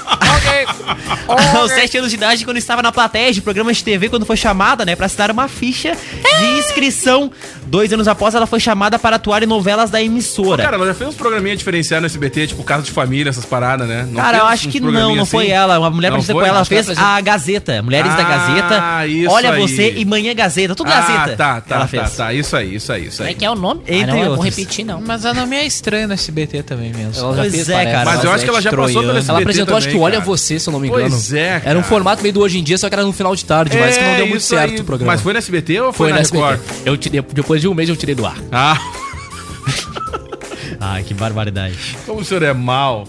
S11: Aos 7 anos de idade, quando estava na plateia de programas de TV, quando foi chamada, né, pra assinar uma ficha de inscrição. Dois anos após, ela foi chamada para atuar em novelas da emissora.
S10: Cara, ela já fez uns programinhas diferenciados no SBT, tipo Casa de Família, essas paradas, né? Não
S11: Cara,
S10: fez
S11: eu
S10: uns
S11: acho que
S10: programinha
S11: não, não
S10: assim?
S11: foi ela. Uma mulher
S10: Não
S11: parecida
S10: foi?
S11: com ela
S10: Acho que
S11: fez
S10: ela fez-
S11: a Gazeta. Mulheres da
S10: Ah,
S11: Gazeta.
S10: isso
S11: Olha
S10: aí.
S11: você e Manhã Gazeta. Tudo Gazeta.
S10: Ah, tá, tá,
S11: ela
S10: tá,
S11: fez.
S10: tá. Isso aí, isso aí, isso aí.
S13: que é o nome?
S11: Entre
S13: ah, não, eu vou
S11: outros.
S13: repetir, não.
S12: Mas a nome é estranha no SBT também mesmo.
S8: Ela já
S11: Pois
S8: fez,
S11: é,
S8: parece.
S11: cara.
S10: Mas eu acho que ela já passou pelo SBT
S8: Ela apresentou, acho que
S10: também,
S8: o Olha
S10: cara.
S8: Você, se eu não me engano.
S10: Pois é, cara. É,
S8: Era um formato meio do Hoje em Dia, só que era no final de tarde, mas que não deu muito
S10: isso aí.
S8: certo o programa.
S10: Mas foi no SBT ou foi,
S8: Foi
S10: na
S8: no SBT.
S10: Record?
S8: Eu tirei, depois de um mês eu tirei do ar.
S10: Ah,
S11: Ai, que barbaridade.
S10: como o senhor é mal.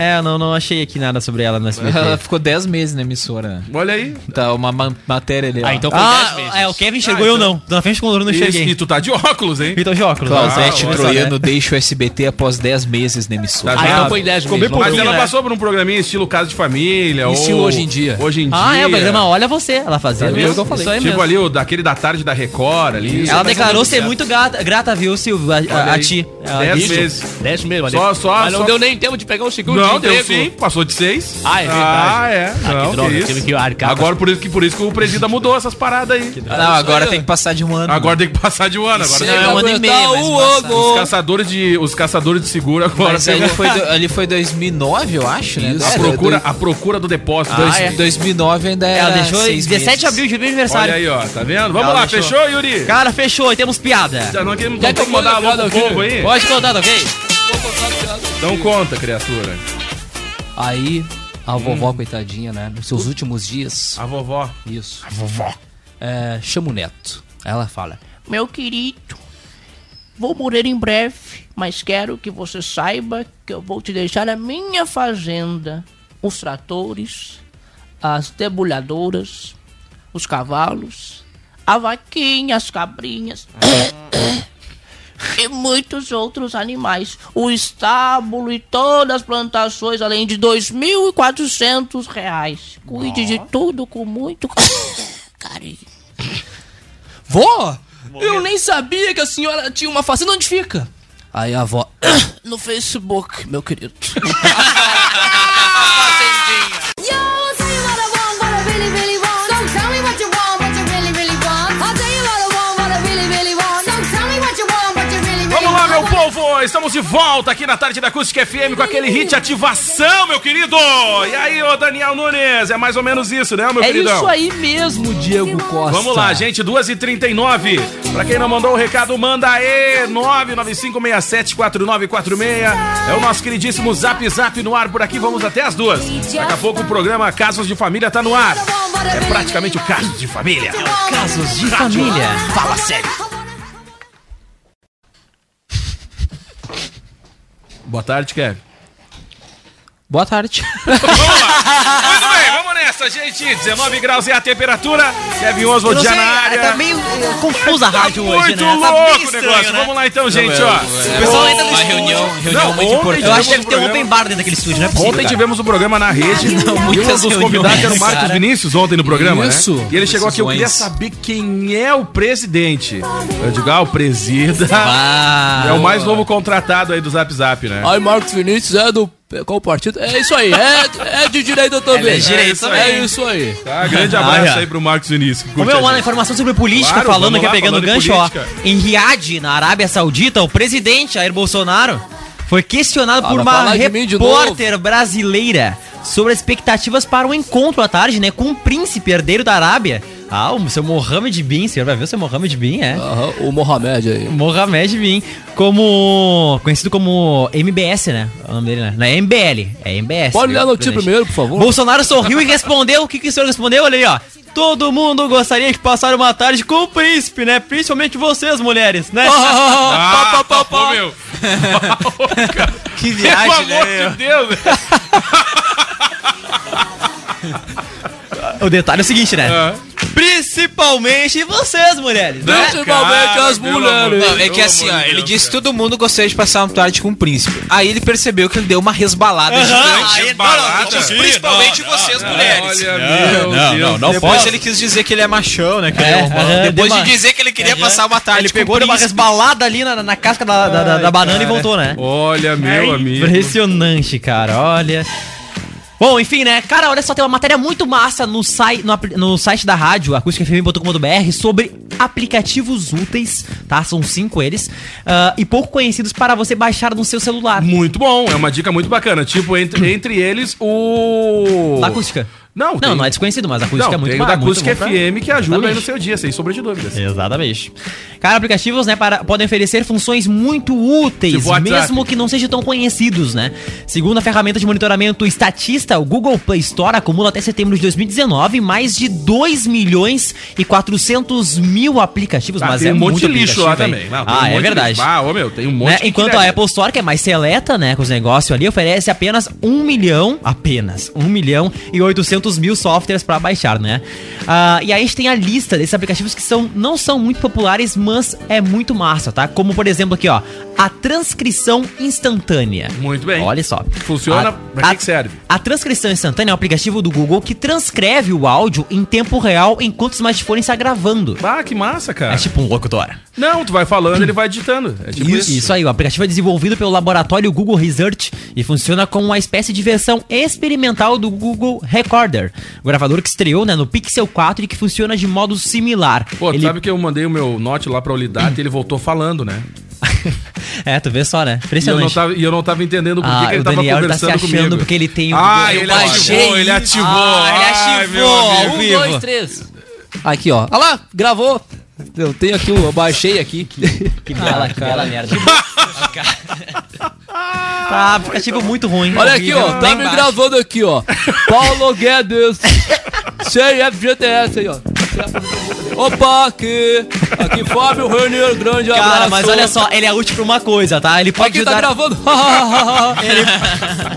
S11: É, eu não, não achei aqui nada sobre ela no SBT.
S10: Então
S12: Ela ficou 10 meses na emissora.
S10: Olha aí.
S12: Tá, uma ma- matéria ali.
S11: Ah,
S12: ó.
S11: então
S12: Ah,
S11: ah, é, o Kevin enxergou e eu
S10: então-
S11: não. Na frente do controle eu não
S10: E,
S11: enxerguei.
S10: e tu tá de óculos, hein?
S11: Então de óculos.
S12: Claudete
S10: Ah, olha só,
S12: Troiano
S11: né?
S12: deixa o SBT após 10 meses na emissora.
S10: Tá vendo?
S8: foi 10
S11: Ficou bem
S8: meses. não-
S10: Mas
S11: pouquinho,
S10: ela
S11: né?
S10: passou por um programinha estilo Casa de Família.
S8: Estilo
S10: ou...
S8: Hoje em Dia.
S10: Hoje em
S11: Ah,
S10: dia.
S11: é o programa Olha Você. Ela fazia.
S8: Tá vendo?
S11: Isso aí
S10: Tipo
S11: mesmo.
S10: ali, o daquele da tarde da Record ali.
S11: Ela
S10: Mas não
S11: declarou
S10: deu
S11: ser
S10: certo.
S11: muito gata, grata, viu, Silvio? A, a-
S10: Olha
S11: a
S10: aí.
S11: ti. Ela
S10: Dez
S11: disse.
S10: meses.
S8: 10 meses,
S10: Só-
S8: mas-
S10: só-
S8: Mas não
S10: só-
S8: deu nem tempo de pegar um segundo
S10: Não,
S8: de
S10: deu
S8: emprego.
S10: sim. Passou de seis.
S8: Ah, é verdade.
S10: Ah, é.
S8: Ah, que
S10: Não,
S8: droga,
S10: isso.
S8: tive que arcar com
S10: Agora por isso que, por isso que o presida mudou essas paradas aí.
S12: Não, agora
S8: né?
S12: tem que passar de um ano.
S10: Agora tem que passar de um ano. Agora
S12: Sim,
S10: tem
S12: é
S10: que
S12: um ano e meio. mas
S8: um
S12: passar.
S8: ano.
S10: Os caçadores de, os caçadores de seguro agora.
S12: Mas ali foi, do- ali foi 2009, eu acho, né?
S8: Isso.
S10: a,
S12: É,
S10: procura,
S12: dois-
S10: a procura do depósito.
S12: dois-
S10: Ah, é.
S12: 2009 ainda era
S11: Ela deixou
S12: seis
S11: 17
S12: meses.
S11: de abril de meu
S10: Olha
S11: aniversário.
S10: aí, ó. Tá vendo? Vamos
S11: Ela
S10: lá.
S11: deixou.
S10: Fechou, Yuri?
S11: Cara, fechou e temos piada.
S10: Já não queremos
S8: Quer que eu
S10: mandar
S8: mande a
S10: alô pro
S8: piada,
S10: povo aí?
S11: Pode contar, tá ok?
S10: Então conta, criatura.
S8: Aí, a
S10: Hum.
S8: vovó, coitadinha, né? Nos seus últimos dias.
S10: A vovó.
S8: Isso. A vovó. chama o neto. Aí ela fala:
S13: Meu querido, vou morrer em breve, mas quero que você saiba que eu vou te deixar a minha fazenda, os tratores, as debulhadoras, os cavalos, a vaquinha, as cabrinhas e muitos outros animais, o estábulo e todas as plantações, além de 2.400 reais. Cuide de tudo com muito carinho.
S8: Vó, eu nem sabia que a senhora tinha uma fazenda. Onde fica? Aí a avó.
S13: No Facebook, meu querido.
S10: Vamos lá, meu povo! Estamos de volta aqui na tarde da Acústica FM com aquele hit ativação, meu querido! E aí, ô Daniel Nunes? É mais ou menos isso, né, meu
S8: É
S10: queridão?
S8: isso aí mesmo, Diego Costa.
S10: Vamos lá, gente, 2h39. Pra quem não mandou o recado, manda aí, 995674946. É o nosso queridíssimo Zap Zap no ar por aqui, vamos até as duas. Daqui a pouco o programa Casos de Família tá no ar. É praticamente o caso de família.
S11: Casos de família.
S10: Fala sério. Boa tarde, Kevin.
S11: Boa tarde.
S10: Muito bem, vamos nessa, gente. 19 graus é a temperatura. Kevin Oswald
S11: Eu
S10: já
S11: sei,
S10: na área.
S11: Tá meio eh, confusa a rádio hoje,
S10: Muito
S11: né? Tá bem
S10: louco o
S11: estranho,
S10: negócio.
S11: né?
S10: Vamos lá então,
S11: Não,
S10: gente,
S11: é,
S10: ó.
S11: é, pessoal ainda no
S10: Uma
S11: estúdio.
S10: reunião muito importante.
S11: Eu acho que deve ter um open bar dentro daquele estúdio, né? é possível,
S10: Ontem
S11: cara.
S10: tivemos um programa na rede e um
S11: muitas
S10: dos convidados
S11: reuniões,
S10: era o Marcos
S11: cara.
S10: Vinícius ontem no programa,
S11: Isso.
S10: né? E ele chegou aqui, eu queria
S11: Decisões.
S10: saber quem é o presidente. Eu digo, ah, o presida. é o mais novo contratado aí do Zap Zap, né?
S8: Aí, Marcos Vinícius é do. Qual partido? É isso aí, é, é de direita também.
S10: É de direita
S8: isso
S10: também.
S8: aí. É isso aí.
S10: Tá, grande abraço aí pro Marcos Vinícius. que
S11: Ô
S10: curte a
S11: meu, Ah, é. mano,
S10: gente.
S11: informação sobre política,
S10: Claro,
S11: falando
S10: vamos
S11: aqui,
S10: lá,
S11: pegando o
S10: falando em
S11: gancho, ó.
S10: política.
S11: Em Riad, na Arábia Saudita, o presidente Jair Bolsonaro foi questionado
S8: Ah,
S11: por
S8: vai
S11: uma
S8: falar de mim de
S11: repórter brasileira sobre as expectativas para o encontro à tarde, né, com o príncipe herdeiro da Arábia. Ah, o seu Mohammed Bin, o senhor vai ver o seu Mohammed Bin, é?
S8: o Mohamed aí.
S11: Mohamed Bin, como. conhecido como MBS, né? O nome dele, né? Não é MBL, é MBS.
S8: Pode
S11: né,
S8: ler a notícia
S11: presidente.
S8: primeiro, por favor.
S11: Bolsonaro sorriu e respondeu. O que, que o senhor respondeu? Olha aí, ó. Todo mundo gostaria de passar uma tarde com o príncipe, né? Principalmente vocês, mulheres, né?
S10: Ah,
S11: Pá, pá, pá, pá.
S10: ô, meu.
S11: Que
S10: ah. Pelo
S11: viagem,
S10: amor
S11: né?
S10: de Deus.
S11: meu? O detalhe é o seguinte, né? Principalmente vocês, mulheres, né?
S12: Principalmente as
S11: mulheres.
S12: Não, é que assim, ó, ele disse que todo mundo gostaria de passar uma tarde com o príncipe. Aí ele percebeu que ele deu uma resbalada
S11: Aham,
S10: né?
S12: gigante.
S11: aí, não,
S12: Resbalada.
S11: não, não,
S12: principalmente vocês, mulheres.
S11: meu Deus.
S12: Depois
S11: posso.
S12: ele quis dizer que ele é machão, né? que ele é
S11: É,
S12: um-
S11: aham,
S12: Depois
S11: deu
S12: de
S11: uma-
S12: dizer que ele queria passar uma tarde
S11: Ele
S12: com o
S11: pegou deu uma
S12: príncipe.
S11: resbalada ali na, na casca da, da, da- da
S12: Ai,
S11: banana e
S12: cara.
S11: voltou, né?
S10: Olha, meu amigo.
S11: Impressionante, cara. Olha. Bom, enfim, né? Cara, olha só, tem uma matéria muito massa no, sai, no, apli- no site da rádio, acústicafm.com.br, sobre aplicativos úteis, tá? São cinco eles, ah, e pouco conhecidos para você baixar no seu celular.
S10: Muito bom, é uma dica muito bacana. Tipo, entre, entre eles, o.
S11: Da acústica.
S10: Não,
S11: Não, não é desconhecido, mas a acústica
S10: Não,
S11: é muito
S10: tem o
S11: ma-
S10: da
S11: muito
S10: Acústica
S11: bom pra-
S10: FM que ajuda aí no
S11: Exatamente. É,
S10: seu dia, sem sombra de dúvidas.
S11: Exatamente. Cara, aplicativos né, para, podem oferecer funções muito úteis,
S10: Tipo WhatsApp.
S11: mesmo que não sejam tão conhecidos, né? Segundo a ferramenta de monitoramento estatista, o Google Play Store acumula até setembro de 2019 mais de 2 milhões e 400 mil aplicativos,
S10: Ah,
S11: mas
S10: tem
S11: é
S10: um monte
S11: muito
S10: de lixo lá
S11: aplicativo,
S10: também.
S11: hein?
S10: Não, tem um
S11: ah,
S10: monte
S11: é
S10: de
S11: verdade.
S10: lixo. Ah, ô meu, tem um monte
S11: Né?
S10: que
S11: Enquanto
S10: deve.
S11: a Apple Store, que é mais seleta, né, com os negócios ali, oferece apenas 1 milhão, apenas 1 milhão e 800 mil softwares pra baixar, né? Ah, e aí a gente tem a lista desses aplicativos que são, não são muito populares, mas é muito massa, tá? Como, por exemplo, aqui, ó, a transcrição instantânea.
S10: Muito bem.
S11: Olha só.
S10: Funciona?
S11: A-
S10: pra que, que serve?
S11: a transcrição instantânea é um aplicativo do Google que transcreve o áudio em tempo real enquanto os smartphones se agravando.
S10: Ah, que massa, cara.
S11: É tipo um locutor.
S10: Não, tu vai falando, ele vai digitando. É tipo
S11: isso. isso aí, o aplicativo é desenvolvido pelo laboratório Google Research e funciona como uma espécie de versão experimental do Google Recorder, o gravador que estreou né, no Pixel 4 e que funciona de modo similar.
S10: Pô, tu
S11: Ele-
S10: sabe que eu mandei o meu note lá pra Olidata e ele voltou falando, né?
S11: É, tu vê só,
S10: E
S11: né?
S10: eu, não
S11: Impressionante.
S10: tava, e eu não tava entendendo por que
S11: Ah,
S10: que ele
S11: o
S10: tava
S11: Daniel tá se
S10: conversando
S11: achando
S10: comigo.
S11: porque ele
S8: um
S11: tem o
S10: Ah,
S11: Google
S10: ele
S11: Recorder.
S10: ativou, ele ativou.
S11: Ah,
S10: Ai,
S11: ele
S10: meu
S11: ativou.
S10: amigo.
S11: ao
S8: Um,
S11: vivo.
S8: dois, três. Aqui, ó. Olha lá, gravou. Eu tenho aqui, eu baixei aqui.
S11: Que bela, que bela merda. tá,
S8: Ah,
S11: aplicativo muito ruim.
S8: Olha aqui, ó. Tá me gravando aqui, ó. Paulo Guedes.
S11: é
S8: Sem FGTS aí, ó. Opa, aqui. Aqui, Fábio Reunier, grande abraço.
S11: Cara, mas olha só, ele é útil pra uma coisa, tá? Ele pode
S8: Aqui tá
S11: ajudar-
S8: gravando.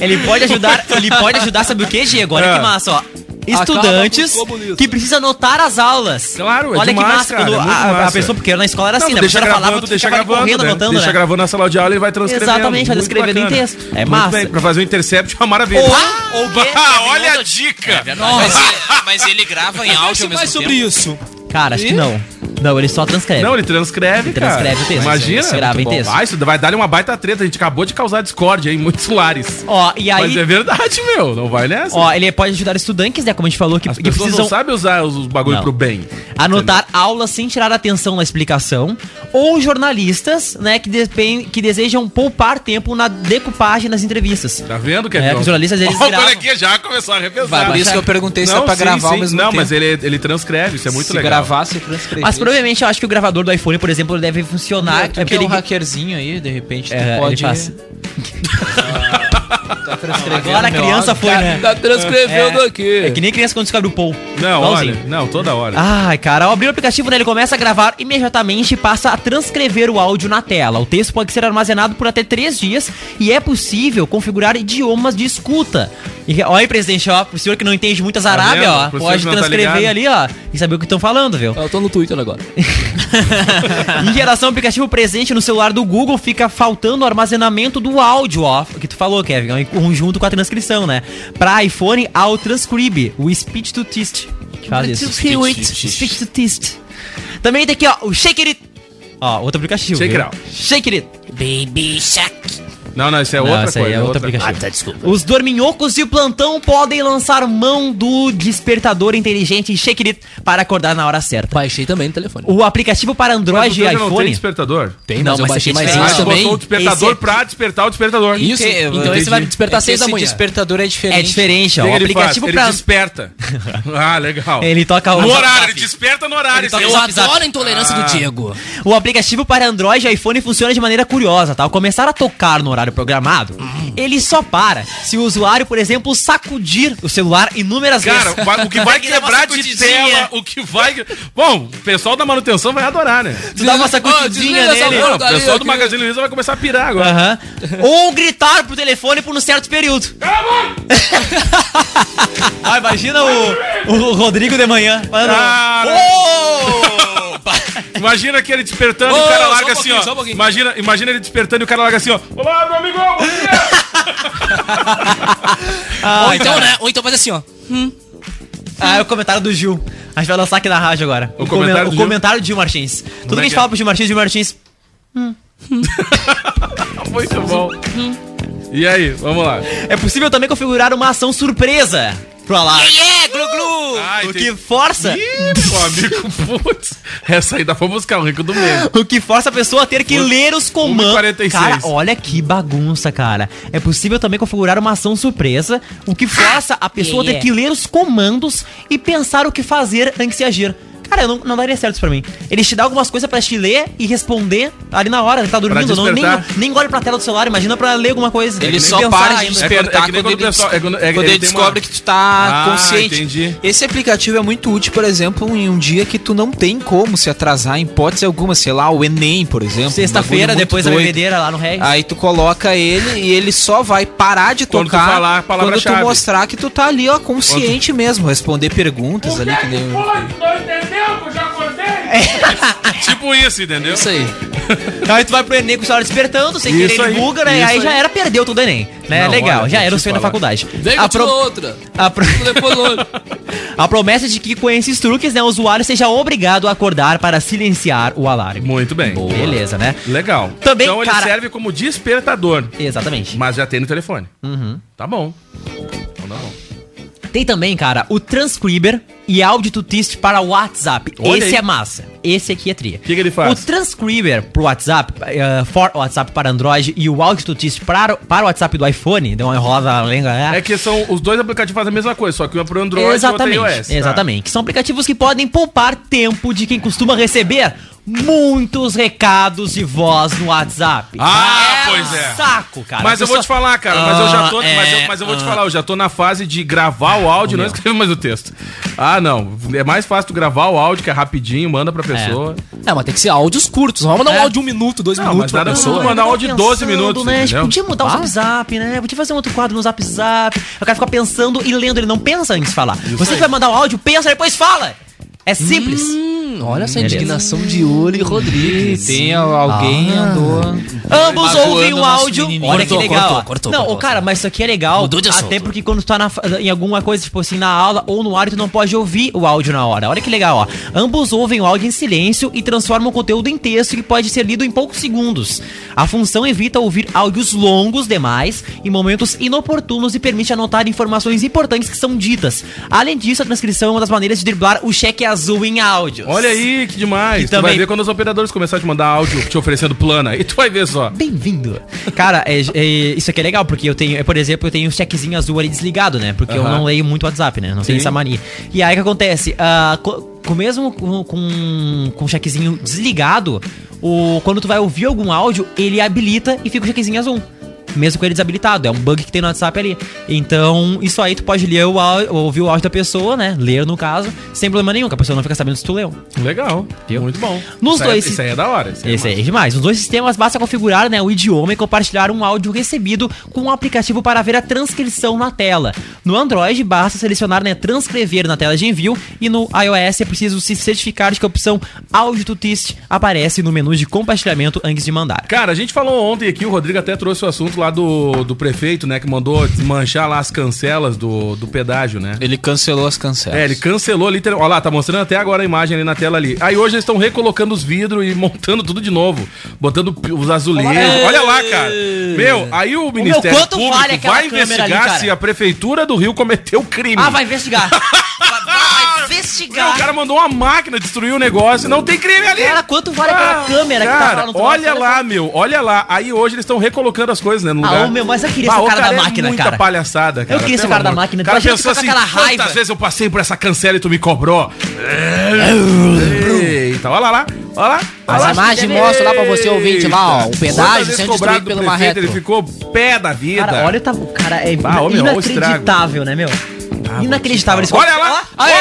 S11: Ele pode ajudar, ele pode ajudar, sabe o que, Diego? Olha
S8: É.
S11: que massa, ó. Estudantes
S8: Acaba com os comunistas.
S11: que precisam anotar as aulas.
S10: Claro, é
S11: Olha
S10: demais,
S11: que massa
S10: cara,
S11: quando
S10: é muito
S11: a, a
S10: massa.
S11: pessoa, porque na escola era
S10: Não,
S11: assim, né? A
S10: deixa
S11: professora falava,
S10: gravando,
S11: tu
S10: deixa
S11: ficava ali
S10: gravando,
S11: correndo,
S10: né?
S11: anotando,
S10: Deixa
S11: né?
S10: gravando na sala de aula, ele vai transcrevendo.
S11: Exatamente, vai
S10: Muito
S11: transcrevendo em
S10: bacana.
S11: texto. É
S10: Muito
S11: massa.
S10: bem, pra fazer um intercept é uma maravilha.
S11: Ou-
S10: Ah,
S11: ou que-
S10: ah, olha a dica.
S11: É
S12: Mas ele, mas é ele grava em áudio ao mesmo tempo.
S11: isso. Cara, acho que não. Não, ele só transcreve.
S10: Não, ele transcreve,
S11: Ele
S10: cara.
S11: transcreve o texto.
S10: Imagina.
S11: Isso é grava
S10: Muito
S11: em
S10: bom.
S11: texto.
S10: Ah, isso vai dar uma baita treta. A gente acabou de causar discórdia em muitos lares.
S11: Ó, e aí-
S10: Mas é verdade, meu. Não vai nessa.
S11: Ó, ele pode ajudar estudantes, né? Como a gente falou, que,
S10: As
S11: que
S10: pessoas
S11: precisam
S10: não sabem usar os, os bagulho
S11: Não.
S10: pro bem.
S11: anotar aulas sem tirar atenção na explicação, ou jornalistas, né, que, depen- que desejam poupar tempo na decupagem das entrevistas.
S10: Tá vendo,
S11: É,
S10: Kevin?
S11: que os jornalistas, eles
S10: Olha
S11: gravam.
S10: aqui, já começou a
S12: Vai,
S10: revezar.
S12: por isso que eu perguntei se é pra gravar ao mesmo
S10: não,
S12: tempo.
S10: Não, mas ele, ele transcreve, isso é muito
S12: se
S10: legal.
S12: gravar, se transcrever.
S11: Mas provavelmente eu acho que o gravador do iPhone, por exemplo, deve
S12: Ah,
S11: funcionar.
S12: tu que é um hackerzinho aí, de repente, tu
S11: É, ele
S12: pode...
S11: passa. Tá transcrevendo. Agora a criança foi,
S8: tá,
S11: né?
S8: Tá transcrevendo
S11: É.
S8: aqui.
S11: É que nem criança quando descobre o Paul.
S10: Não,
S11: Igualzinho.
S10: olha, não, toda hora.
S11: Ai, cara, ao abrir o aplicativo, né, ele começa a gravar imediatamente e passa a transcrever o áudio na tela. O texto pode ser armazenado por até três dias e é possível configurar idiomas de escuta. E, olha aí, presidente, ó, pro senhor que não entende muito as
S8: Tá
S11: Arábia,
S8: vendo?
S11: ó,
S8: Pro senhor
S11: pode
S8: que não tá
S11: transcrever
S8: ligado.
S11: ali, ó, e saber o que estão falando, viu?
S8: Eu tô no Twitter agora.
S11: em relação ao aplicativo presente no celular do Google, fica faltando o armazenamento do áudio, ó. Que tu falou, Kevin, ó, em conjunto com a transcrição, né? Pra iPhone, há o Transcribe, o Speech to Text. Que faz isso.
S13: Speech to text.
S11: Speech to Text. Também tem aqui, ó, o Shake It. Ó, outro aplicativo.
S10: Shake
S11: viu?
S10: It Out.
S11: Shake It. Baby Shack.
S10: Não, não, isso é
S11: Não,
S10: outra
S11: essa aí
S10: coisa.
S11: é outra aplicativo.
S10: aplicação.
S11: Os dorminhocos de plantão podem lançar mão do despertador inteligente Shake It para acordar na hora certa. Baixei também no telefone. O aplicativo para Android e
S10: não tem
S11: iPhone.
S10: despertador?
S11: Tem, mas Não, eu mas baixei esse mais é um
S10: Ah,
S11: diferente.
S10: tu
S11: também.
S10: botou o despertador
S11: Esse é-
S10: pra despertar o despertador.
S11: Isso, Que- então entendi. esse vai despertar É que seis da esse manhã.
S10: despertador é
S11: diferente. É diferente, ó.
S10: O
S11: O
S10: que ele faz?
S11: aplicativo
S10: Ele
S11: pra-
S10: desperta. ah, legal.
S11: Ele toca o
S10: No
S11: zap
S10: horário,
S11: zap.
S10: ele desperta no horário.
S11: Ele toca
S10: esse
S11: o
S10: aí.
S11: zap zap.
S10: Ah.
S11: O aplicativo para Android e iPhone funciona de maneira curiosa, tá? Ao começar a tocar no horário programado,
S10: Hum.
S11: ele só para se o usuário, por exemplo, sacudir o celular inúmeras
S10: Cara,
S11: vezes.
S10: vai- o que vai
S11: Ele dá uma
S10: quebrar de
S11: sacudidinha.
S10: tela, o que vai... Bom, o pessoal da manutenção vai adorar, né?
S11: Tu dá uma sacudidinha nele.
S10: Não, o pessoal do Magazine Luiza vai começar a pirar agora.
S11: Aham. Ou gritar pro telefone por um certo período. ah, imagina o, o Rodrigo de manhã. falando,
S10: Ah, Imagina aquele despertando e
S8: Ô,
S10: o cara
S8: só
S10: larga
S8: um
S10: assim,
S8: pouquinho, só um
S10: ó.
S8: pouquinho.
S10: imagina, imagina ele despertando e o cara larga assim, ó. Olá, meu amigão! bom dia!
S11: Ah,
S8: Ou então,
S11: cara.
S8: né? Ou então faz assim, ó.
S11: Ah, é o comentário do Gil. A gente vai lançar aqui na rádio agora. O,
S8: comentário
S11: comentário,
S8: do
S11: o
S8: Gil?
S11: comentário do Gil Martins. Tudo que
S8: Como é
S11: a gente
S8: que é?
S11: fala pro Gil Martins, o Gil Martins.
S10: Muito bom. E aí, vamos lá.
S11: É possível também configurar uma ação surpresa pro alarme. Yeah, glu glu! o que força.
S10: amigo, putz. Essa aí dá pra buscar o rico do meio.
S11: O que força a pessoa a ter que
S10: Um-
S11: ler os comandos.
S10: 1,46.
S11: Cara, olha que bagunça, cara. É possível também configurar uma ação surpresa, o que força a pessoa a ter
S13: yeah.
S11: que ler os comandos e pensar o que fazer antes de agir. Cara, eu não, não daria certo isso pra mim. Ele te dá algumas coisas pra te ler e responder ali na hora, ele tá dormindo, não, nem,
S10: despertar.
S11: nem olha pra tela do celular, imagina pra ler alguma coisa.
S12: Ele
S11: E
S12: só
S11: pensar
S12: para de
S11: ainda.
S12: despertar
S10: É que nem
S12: quando,
S10: quando o
S12: ele,
S10: pessoal- é quando- é-
S12: quando
S10: ele
S12: ele
S10: tem uma-
S12: descobre que tu tá
S10: Ah,
S12: consciente.
S10: entendi.
S12: Esse aplicativo é muito útil, por exemplo, em um dia que tu não tem como se atrasar em hipótese alguma, sei lá, o Enem, por exemplo. um
S11: Sexta-feira,
S12: bagulho muito
S11: depois da
S12: doido. Ah.
S11: bebedeira lá no Regis.
S12: É. Aí tu coloca ele e ele só vai parar de
S10: Quando tu
S12: tocar
S10: falar a
S12: quando tu
S10: palavra-chave.
S12: mostrar que tu tá ali, ó, consciente mesmo, responder perguntas ali que nem.
S10: Tipo isso, entendeu? Isso
S8: aí.
S11: Aí tu vai pro Enem com o celular despertando, sem
S10: Isso
S11: querer ele
S10: aí,
S11: buga, né? Aí,
S10: isso
S11: já
S10: aí.
S11: era, perdeu todo o Enem. Né?
S8: Não,
S11: Legal,
S8: olha,
S11: já
S8: vou
S11: era o
S8: te
S11: sonho da
S8: falar.
S11: faculdade.
S8: Vem
S11: a,
S8: com
S11: pro-
S8: outra.
S11: a pro-
S8: Depois outra.
S11: a promessa de que com esses truques, né, o usuário seja obrigado a acordar para silenciar o alarme.
S10: Muito bem.
S11: Beleza, né?
S10: Legal.
S11: Também,
S10: então ele
S11: cara-
S10: serve como despertador.
S11: Exatamente.
S10: Mas já tem no telefone.
S11: Uhum.
S10: Tá bom. Então tá bom.
S11: Tem também, cara, o Transcriber e áudio to text para WhatsApp.
S10: Olha
S11: Esse
S10: aí.
S11: é massa. Esse aqui é tria. O
S10: que, ele faz?
S11: O Transcriber pro WhatsApp, eh, for WhatsApp para Android e o áudio to text para, para o WhatsApp do iPhone, deu uma enrolada na língua, né?
S10: É que são os dois aplicativos fazem a mesma coisa, só que um é pro Android e
S11: exatamente,
S10: o outro é iOS. tá?
S11: Exatamente. Que são aplicativos que podem poupar tempo de quem costuma receber muitos recados de voz no WhatsApp.
S10: Ah, pois é.
S11: Saco, cara.
S10: mas eu vou
S11: Pessoa-
S10: te falar, cara, mas eu já tô,
S11: Ah,
S10: mas, eu,
S11: é,
S10: mas eu vou te
S11: ah.
S10: falar, eu já tô na fase de gravar o áudio, não escrever mais o texto. Ah, não, é mais fácil tu gravar o áudio que é rapidinho, manda pra pessoa.
S8: É, mas tem que ser áudios curtos. Vamos mandar um
S10: É.
S8: áudio de um minuto, dois
S10: Não, mas
S8: minutos pra
S10: nada
S8: pessoa.
S10: como mandar
S11: Tava
S10: áudio de 12
S11: tá pensando,
S10: minutos,
S11: né? Tipo,
S10: entendeu?
S11: podia mudar o
S10: Ah.
S11: zap zap, né? Podia fazer um outro quadro no zap zap. Eu quero ficar pensando e lendo, ele não pensa antes de falar. Você que vai mandar o áudio, pensa e depois fala. É simples.
S8: Olha essa
S11: Beleza.
S8: indignação de Uri Rodrigues. Ah.
S12: Tem alguém andou.
S11: Ambos
S8: Magoando
S11: ouvem o
S8: nosso
S11: áudio.
S8: menininho.
S11: Olha que
S8: Cortou,
S11: legal.
S8: cortou,
S11: ó.
S8: cortou,
S11: não,
S8: cortou.
S11: ô, cara, mas isso aqui é legal.
S8: Mudou de
S11: até
S8: assunto.
S11: porque quando tu tá na, em alguma coisa, tipo assim, na aula ou no ar, tu não pode ouvir o áudio na hora. Olha que legal, ó. Ambos ouvem o áudio em silêncio e transformam o conteúdo em texto que pode ser lido em poucos segundos. A função evita ouvir áudios longos demais em momentos inoportunos e permite anotar informações importantes que são ditas. Além disso, a transcrição é uma das maneiras de driblar o cheque azul em áudios.
S10: Olha aí, que demais.
S11: E
S10: tu vai
S11: também-
S10: ver quando os operadores começarem a te mandar áudio te oferecendo plana, e tu vai ver só.
S11: Bem-vindo. Cara, é- é- isso aqui é legal, porque eu tenho, é, por exemplo, eu tenho o chequezinho azul ali desligado, né? Porque eu
S8: Aham.
S11: não leio muito WhatsApp, né? Não tenho
S8: Sim.
S11: essa mania. E aí o que acontece? Ah, co- com mesmo com, com, com o chequezinho desligado, o, quando tu vai ouvir algum áudio, ele habilita e fica o chequezinho azul. mesmo com ele desabilitado. É um bug que tem no WhatsApp ali. Então, isso aí tu pode ler o áudio, ouvir o áudio da pessoa, né? Ler no caso, sem problema nenhum, que a pessoa não fica sabendo se tu leu.
S10: Legal. Muito bom.
S11: Nos
S10: Isso aí-
S11: dois.
S10: isso aí é da hora, isso aí é
S11: Esse aí é demais. Nos dois sistemas basta configurar né, o idioma e compartilhar um áudio recebido com um aplicativo para ver a transcrição na tela. No Android, basta selecionar né, transcrever na tela de envio e no iOS é preciso se certificar de que a opção Audio to Text aparece no menu de compartilhamento antes de mandar.
S10: Cara, a gente falou ontem aqui, o Rodrigo até trouxe o assunto lá do, do prefeito, né? Que mandou desmanchar lá as cancelas do, do pedágio, né?
S12: Ele cancelou as cancelas.
S10: É, ele cancelou literalmente. Olha lá, tá mostrando até agora a imagem ali na tela ali. Aí hoje eles estão recolocando os vidros e montando tudo de novo. Botando p- os azulejos. Olha lá, cara. Meu, aí o Ministério
S11: quanto
S10: Público
S11: vale aquela
S10: vai
S11: câmera ali,
S10: investigar
S11: cara?
S10: se a Prefeitura do Rio cometeu crime.
S11: Ah, vai investigar. vai
S10: Meu, o
S11: investigar.
S10: cara mandou uma máquina destruir o negócio, não tem crime ali. Ah,
S11: Cara, quanto vale aquela câmera que tá
S10: cara,
S11: lá no troço?
S10: Olha
S11: Olha
S10: lá, meu, olha lá. Aí hoje eles estão recolocando as coisas, né, no
S11: Ah,
S10: lugar.
S11: ô, meu, mas eu queria ser
S10: Bah,
S11: o cara da
S10: é
S11: máquina,
S10: muita
S11: cara.
S10: palhaçada, cara.
S11: queria ser o
S10: pelo
S11: cara da
S10: amor.
S11: máquela.
S10: O cara
S11: Imagina
S10: pensou
S11: ficar
S10: assim,
S11: com aquela raiva.
S10: quantas vezes eu passei por essa cancela e tu me cobrou? Eita, olha lá, lá, olha lá.
S13: As
S10: olha lá.
S13: imagens mostram lá pra você, ouvinte, lá, ó, o
S10: Quantas
S13: pedágio
S10: vezes
S13: sendo
S10: cobrado
S13: destruído
S10: do
S13: pelo
S10: prefeito,
S13: Marreto.
S10: Ele ficou pé da vida.
S11: Cara, olha o tá, cara, é
S10: Bah, ô, meu, olha Ah, o estrago. Ah,
S11: inacreditável, né, meu? inacreditável. Eles-
S10: Olha lá!
S11: Olha
S10: Olha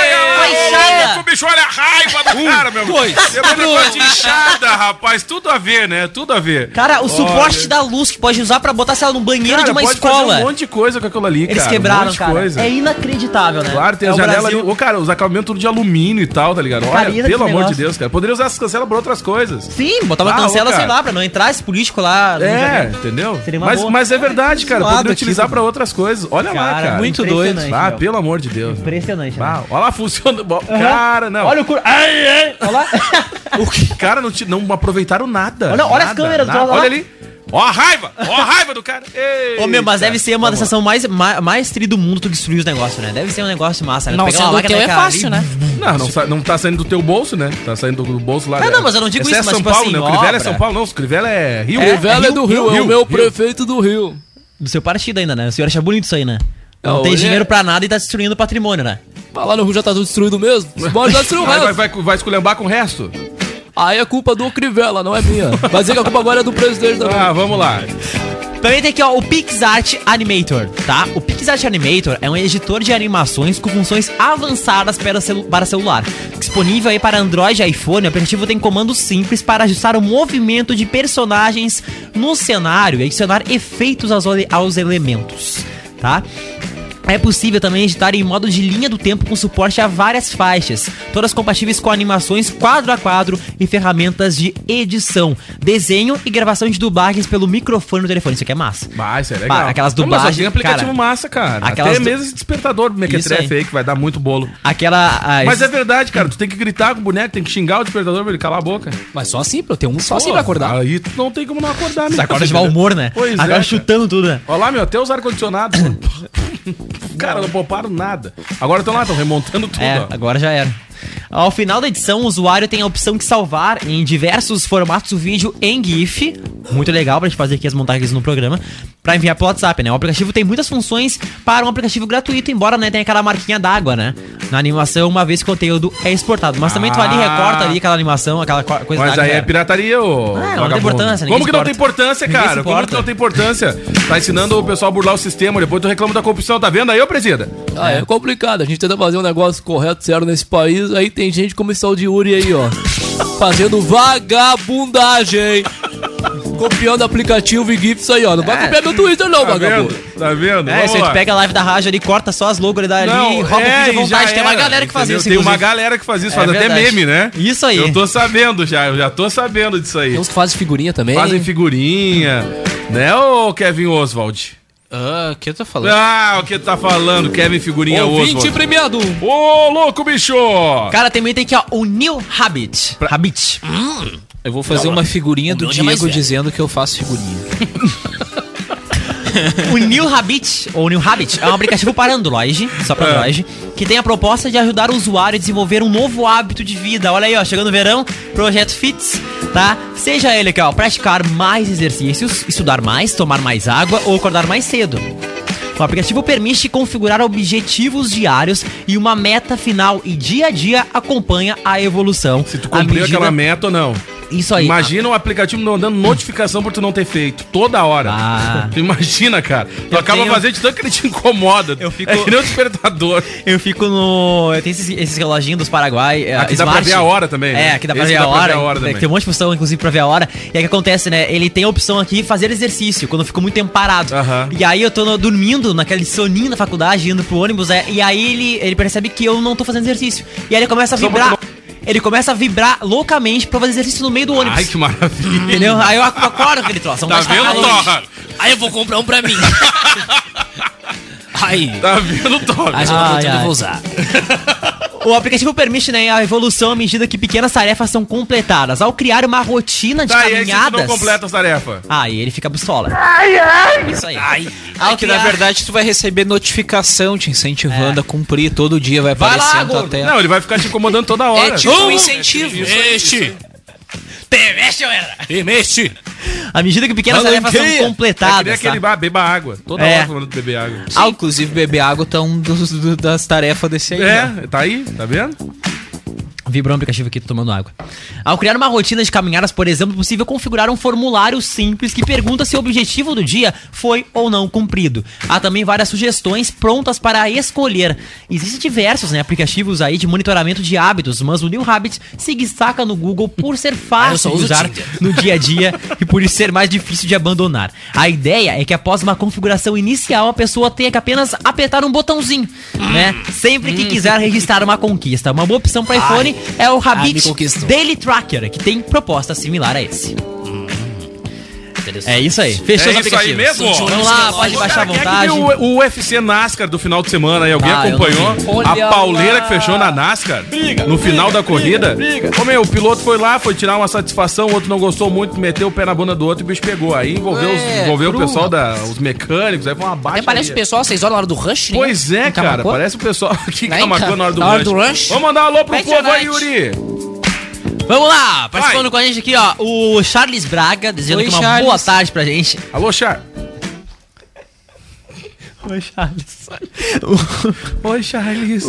S11: lá!
S10: lá! O bicho, olha a raiva do cara, meu.
S11: dois,
S10: É um negócio de inchada, rapaz. Tudo a ver, né? Tudo a ver.
S11: Cara, o
S10: Olha.
S11: suporte da luz que pode usar pra botar, sei lá, no banheiro
S10: Cara,
S11: de uma
S10: pode
S11: escola.
S10: fazer um monte de coisa com aquilo ali,
S11: Eles
S10: cara, um
S11: quebraram,
S10: monte de
S11: cara.
S10: coisa.
S11: É inacreditável, né?
S10: Claro, tem
S11: é
S10: a
S11: o
S10: janela
S11: Brasil.
S10: ali. Ô, cara, os acabamentos tudo de alumínio e tal, tá ligado? Olha,
S11: Cara, e
S10: pelo amor de
S11: aquele negócio?
S10: Deus, cara. Poderia usar essas cancelas pra outras coisas.
S11: Sim, botar uma
S10: Ah, ô,
S11: cancela, sei
S10: cara.
S11: lá, pra não entrar esse político lá. no Rio de
S10: É,
S11: Janeiro.
S10: entendeu?
S11: Seria uma
S10: Mas,
S11: boa.
S10: mas é verdade, cara.
S11: Suado
S10: Poderia
S11: aqui,
S10: utilizar
S11: mano.
S10: pra outras coisas. Olha lá,
S11: Cara,
S10: cara.
S11: muito doido.
S10: Ah,
S11: meu.
S10: pelo amor de Deus.
S11: Impressionante, né?
S10: Ah, olha lá, funciona. Bom, Cara, não.
S11: Olha o cu. Ai, ai. Olha lá.
S10: O que- Cara, não, ti- não aproveitaram nada.
S11: Olha, olha as
S10: Nada,
S11: câmeras do
S10: nada.
S11: lado lá.
S10: Olha ali. Ó a raiva! Ó a raiva do cara! Ei,
S11: Ô, meu, mas deve ser uma das estações mais, mais, mais tri do mundo tu destruir os negócios, né? Deve ser um negócio massa, né? Tu
S13: Não,
S11: pegar
S13: sendo
S11: máquina
S13: teu é
S11: daquela
S13: fácil,
S11: ali,
S13: né?
S10: Não, não, sa- não tá saindo do teu bolso, né? Tá saindo do, do bolso lá.
S11: Não,
S10: né?
S11: não, mas eu não digo
S10: Essa
S11: isso,
S10: é
S11: mas,
S10: São
S11: tipo
S10: Paulo,
S11: assim,
S10: né? O Crivella é
S11: obra.
S10: São Paulo, não. O Crivella é Rio.
S8: É, Crivella é do Rio, é o meu prefeito
S11: do Rio. Do seu partido ainda, né? O senhor acha bonito isso aí, né? Não
S8: Não,
S11: tem
S8: hoje
S11: dinheiro
S8: é-
S11: pra nada e tá destruindo o patrimônio, né?
S8: Mas lá no Rio já tá tudo destruído mesmo. Bora já destruir o
S10: Vai, vai,
S8: resto.
S10: vai, vai esculhambar com o resto?
S8: Aí é culpa do Crivella, não é minha. Vai dizer que a culpa agora é do presidente da
S10: Ah, vamos lá.
S11: Também tem aqui, ó, o PixArt Animator, tá? O PixArt Animator é um editor de animações com funções avançadas para, celu- para celular. Disponível aí para Android e iPhone, o aplicativo tem comandos simples para ajustar o movimento de personagens no cenário e adicionar efeitos aos, ole- aos elementos, tá? É possível também editar em modo de linha do tempo com suporte a várias faixas, todas compatíveis com animações quadro a quadro e ferramentas de edição, desenho e gravação de dublagens pelo microfone do telefone. Isso aqui é massa.
S10: Ah, isso é legal.
S11: Pá, aquelas
S10: Não, mas
S11: dublagens,
S10: só tem aplicativo
S11: cara.
S10: massa, cara.
S11: Aquelas
S10: Até
S11: du-
S10: mesmo esse despertador do Mequetrefe
S11: Isso
S10: aí.
S11: aí.
S10: que vai dar muito bolo.
S11: Aquela. ah,
S10: Mas
S11: isso-
S10: é verdade, cara. Tu tem que gritar com o boneco, tem que xingar o despertador pra ele calar a boca.
S8: Mas só assim, eu tenho um só assim
S10: Pô,
S8: pra acordar.
S10: Aí tu não tem como não acordar,
S11: Você
S10: mesmo.
S11: acorda de mau humor, né?
S10: Pois
S11: Agora
S10: é,
S11: chutando tudo, né?
S10: Olha lá, meu, até os ar-condicionados. né? cara, não pouparam nada. Agora estão lá, estão remontando tudo,
S11: É,
S10: ó.
S11: agora já era. Ao final da edição, o usuário tem a opção de salvar em diversos formatos o vídeo em GIF. Muito legal pra gente fazer aqui as montagens no programa. Pra enviar pro WhatsApp, né? O aplicativo tem muitas funções para um aplicativo gratuito, embora né, tenha aquela marquinha d'água, né? Na animação, uma vez que o conteúdo é exportado. Mas também tu ali
S10: Ah.
S11: recorta ali aquela animação, aquela co- coisa
S10: Mas
S11: lá,
S10: aí
S11: né?
S10: é pirataria, ô.
S11: Ah, não tem
S10: vagabundo.
S11: importância, ninguém
S10: Como que não
S11: se
S10: tem
S11: importa.
S10: importância,
S11: Ninguém se
S10: cara? Como que
S11: importa.
S10: não tem importância? Tá ensinando o pessoal a burlar o sistema, depois tu reclama da corrupção, tá vendo aí, ô presida?
S8: Ah, é complicado. A gente tenta fazer um negócio correto, sério nesse país. Aí tem gente como esse Aldiuri aí, ó. Fazendo vagabundagem. Copiando aplicativo e GIF, isso aí, ó. Não vai
S11: É.
S8: copiar meu Twitter, não,
S10: Tá
S8: vagabundo.
S10: vendo? Tá vendo?
S11: É,
S10: Vamos
S11: se a
S10: lá.
S11: gente pega a live da rádio ali, corta só as logos dali,
S10: Não,
S11: rouba
S10: é,
S11: o vídeo à
S10: e já
S11: vontade. Tem uma
S10: era,
S11: galera que faz
S10: entendeu?
S11: isso,
S10: Tem uma
S11: inclusive.
S10: galera que faz isso,
S11: É
S10: faz até
S11: verdade.
S10: meme, né?
S11: Isso aí.
S10: Eu tô sabendo já, eu já tô sabendo disso aí.
S8: Tem uns que fazem figurinha também.
S10: Fazem figurinha, né, ô Kevin Oswald?
S12: Ah, o que tu tá falando?
S10: Ah, é o que tu tá falando, Kevin Figurinha
S8: Ouvinte
S10: Oswald?
S8: premiado.
S10: Ô, louco, bicho!
S11: Cara, também tem aqui, ó, o New Habit. Habit.
S12: Eu vou fazer uma figurinha do Diego dizendo que eu faço figurinha.
S11: O New Habit, ou New Habit, é um aplicativo para Android, só para Android, que tem a proposta de ajudar o usuário a desenvolver um novo hábito de vida. Olha aí, ó, chegando o verão, projeto Fits, tá? Seja ele aqui, ó, praticar mais exercícios, estudar mais, tomar mais água ou acordar mais cedo. O aplicativo permite configurar objetivos diários e uma meta final e dia a dia acompanha a evolução.
S10: Tu cumpriu aquela meta ou não?
S11: Isso aí.
S10: Imagina o aplicativo mandando notificação por tu não ter feito. Toda hora. Tu imagina, cara. Tu
S11: Ah. Eu
S10: acaba
S11: tenho-
S10: fazendo de tanto que ele te incomoda. Eu
S11: fico-
S10: É que nem um despertador.
S11: Eu fico no. Eu tenho esses, esses reloginhos dos Paraguai. é,
S10: Aqui dá pra ver a hora também, né?
S11: É, aqui dá pra,
S10: Esse
S11: ver,
S10: dá
S11: a
S10: pra ver
S11: hora,
S10: a hora
S11: é, que
S10: também.
S11: Tem um monte de função, inclusive, pra ver a hora. E aí o que acontece, né? Ele tem a opção aqui fazer exercício quando eu fico muito tempo parado. E aí eu tô no- dormindo naquele soninho da faculdade, indo pro ônibus, é, e aí ele, ele percebe que eu não tô fazendo exercício. E aí ele começa a
S10: Só um
S11: vibrar.
S10: botou-
S11: Ele começa a vibrar loucamente pra fazer exercício no meio do ônibus.
S10: Ai, que maravilha.
S11: Entendeu? Aí eu ac- acordo com aquele troço.
S10: Tá vendo, Torra?
S11: Aí eu vou comprar um pra mim.
S10: Ai. Tá vendo, Ah. Tom?
S11: Mas eu não tô Ai, tendo, ai. vou usar. O aplicativo permite né, a evolução à medida que pequenas tarefas são completadas. Ao criar uma rotina de
S10: Tá, e aí se tu
S11: caminhadas.
S10: não completa as tarefas?
S11: Aí ele fica pistola.
S6: Ai, ai!
S11: Isso aí.
S12: É que na verdade tu vai receber notificação te
S11: É.
S12: incentivando a cumprir, todo dia vai
S10: Vai
S12: aparecer
S10: lá,
S12: na tua
S10: gordo.
S12: tela.
S10: Não, ele vai ficar te incomodando toda hora.
S12: É tipo um
S10: Vamos!
S12: incentivo.
S10: Isso aí, isso aí. tipo-
S11: Te mexe, era.
S10: Te mexe.
S11: À medida que pequenas tarefas
S10: Malandreia.
S11: são completadas.
S10: É que nem aquele
S11: tá?
S10: bar, beba água. Toda
S11: É.
S10: hora falando de beber água.
S12: Ah, inclusive beber água tá um dos- do- das tarefas desse aí. né?
S10: É, tá aí, tá vendo?
S11: Vibrou o aplicativo aqui, tô tomando água. Ao criar uma rotina de caminhadas, por exemplo, é possível configurar um formulário simples que pergunta se o objetivo do dia foi ou não cumprido. Há também várias sugestões prontas para escolher. Existem diversos né, aplicativos aí de monitoramento de hábitos, mas o New Habit se destaca no Google por ser
S8: Ah, Eu
S11: fácil
S8: só
S11: de
S8: uso
S11: usar
S8: Tinder.
S11: no dia a dia e por isso ser mais difícil de abandonar. A ideia é que após uma configuração inicial, a pessoa tenha que apenas apertar um botãozinho, né? Sempre
S8: Hum.
S11: que quiser registrar uma conquista. Uma boa opção para iPhone é o
S8: ah, me
S11: Habit
S8: conquistou.
S11: Daily Tracker, que tem proposta similar a esse. É isso aí. Fechou os
S10: é isso aí
S11: aplicativos.
S10: mesmo?
S11: Vamos lá, pode baixar à
S10: Cara, quem é que
S11: vontade.
S10: viu o, o UFC NASCAR do final de semana aí? Alguém
S11: Ah, eu não
S10: acompanhou?
S11: vi.
S10: A
S11: Olha
S10: pauleira que fechou na NASCAR? no final da corrida? Ô, meu, o piloto foi lá, foi tirar uma satisfação, o outro não gostou muito, meteu o pé na bunda do outro e o bicho pegou. Aí envolveu, os-
S8: É,
S10: envolveu o
S8: cru,
S10: pessoal, da, os mecânicos, aí foi uma baixa.
S8: Até parece o pessoal às 6 horas na hora do rush, né?
S10: Pois é,
S8: Em
S10: cara,
S8: Camacuã.
S10: parece o pessoal aqui que
S8: Lá em
S10: Camacuã
S8: Ca-
S10: na hora do
S8: na hora
S10: lanche.
S8: do lanche.
S10: Vamos mandar um alô pro
S8: Pede
S10: povo aí,
S8: night.
S10: Yuri.
S11: Vamos lá, participando com a gente aqui, ó, o Charles Braga, dizendo
S8: Oi,
S11: que uma
S8: Charles.
S11: boa tarde pra gente.
S10: Alô, Char.
S11: Oi, Charles.
S10: Oi, Charles.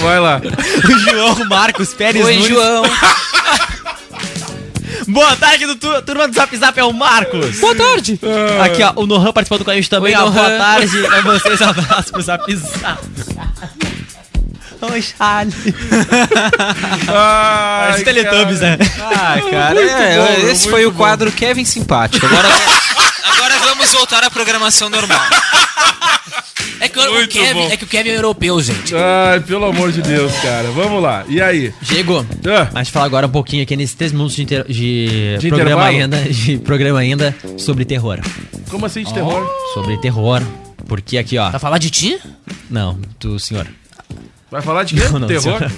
S10: Vai lá.
S11: O João Marcos Pérez
S8: Oi,
S11: Nunes.
S8: João.
S11: Boa tarde, do tu- turma do Zap Zap, é o Marcos. Boa tarde. Aqui, ó, o Nohan participando com a gente também.
S8: Oi,
S11: ó, boa
S8: Nohan.
S11: tarde a vocês, um abraço pro Zap Zap. Oi, Charles.
S10: Ai,
S11: Parece Teletubbies, né?
S12: Ah, cara,
S11: Muito
S12: é,
S11: bom,
S12: esse
S11: muito
S12: foi o quadro Kevin Simpático. Agora, agora vamos voltar à programação normal.
S8: É que, o
S10: Muito
S8: Kevin,
S10: bom.
S8: é que o Kevin é europeu, gente.
S10: Ai, pelo amor de Deus, cara. Vamos lá. E aí?
S11: Diego,
S10: Ah,
S11: a gente fala agora um pouquinho aqui nesses três minutos de, inter- de
S10: De
S11: programa
S10: intervalo?
S11: ainda, de programa ainda sobre terror.
S10: como assim de terror?
S11: Sobre terror. Porque aqui, ó.
S10: Tá
S8: Pra falar de ti?
S11: Não, do senhor.
S10: Vai falar de quê?
S11: Não, não,
S10: terror?
S11: senhora.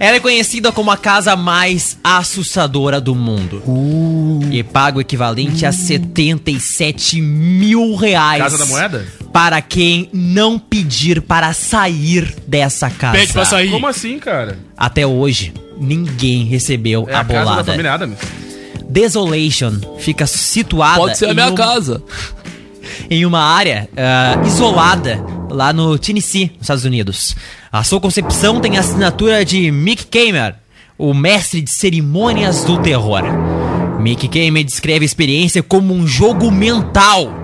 S11: Ela é conhecida como a casa mais assustadora do mundo.
S10: Uh.
S11: E paga o equivalente a 77 mil reais.
S10: Casa da Moeda?
S11: Para quem não pedir para sair dessa
S10: é,
S11: casa.
S10: Como assim, cara?
S11: Até hoje, ninguém recebeu
S10: É a,
S11: a
S10: casa da
S11: bolada.
S10: família Adams.
S11: Desolation fica situada
S8: Pode ser a
S11: em
S8: minha
S11: um-
S8: casa.
S11: em uma área ah, isolada lá no Tennessee, nos Estados Unidos. A sua concepção tem a assinatura de Mick Kamer, o mestre de cerimônias do terror. Mick Kamer descreve a experiência como um jogo mental.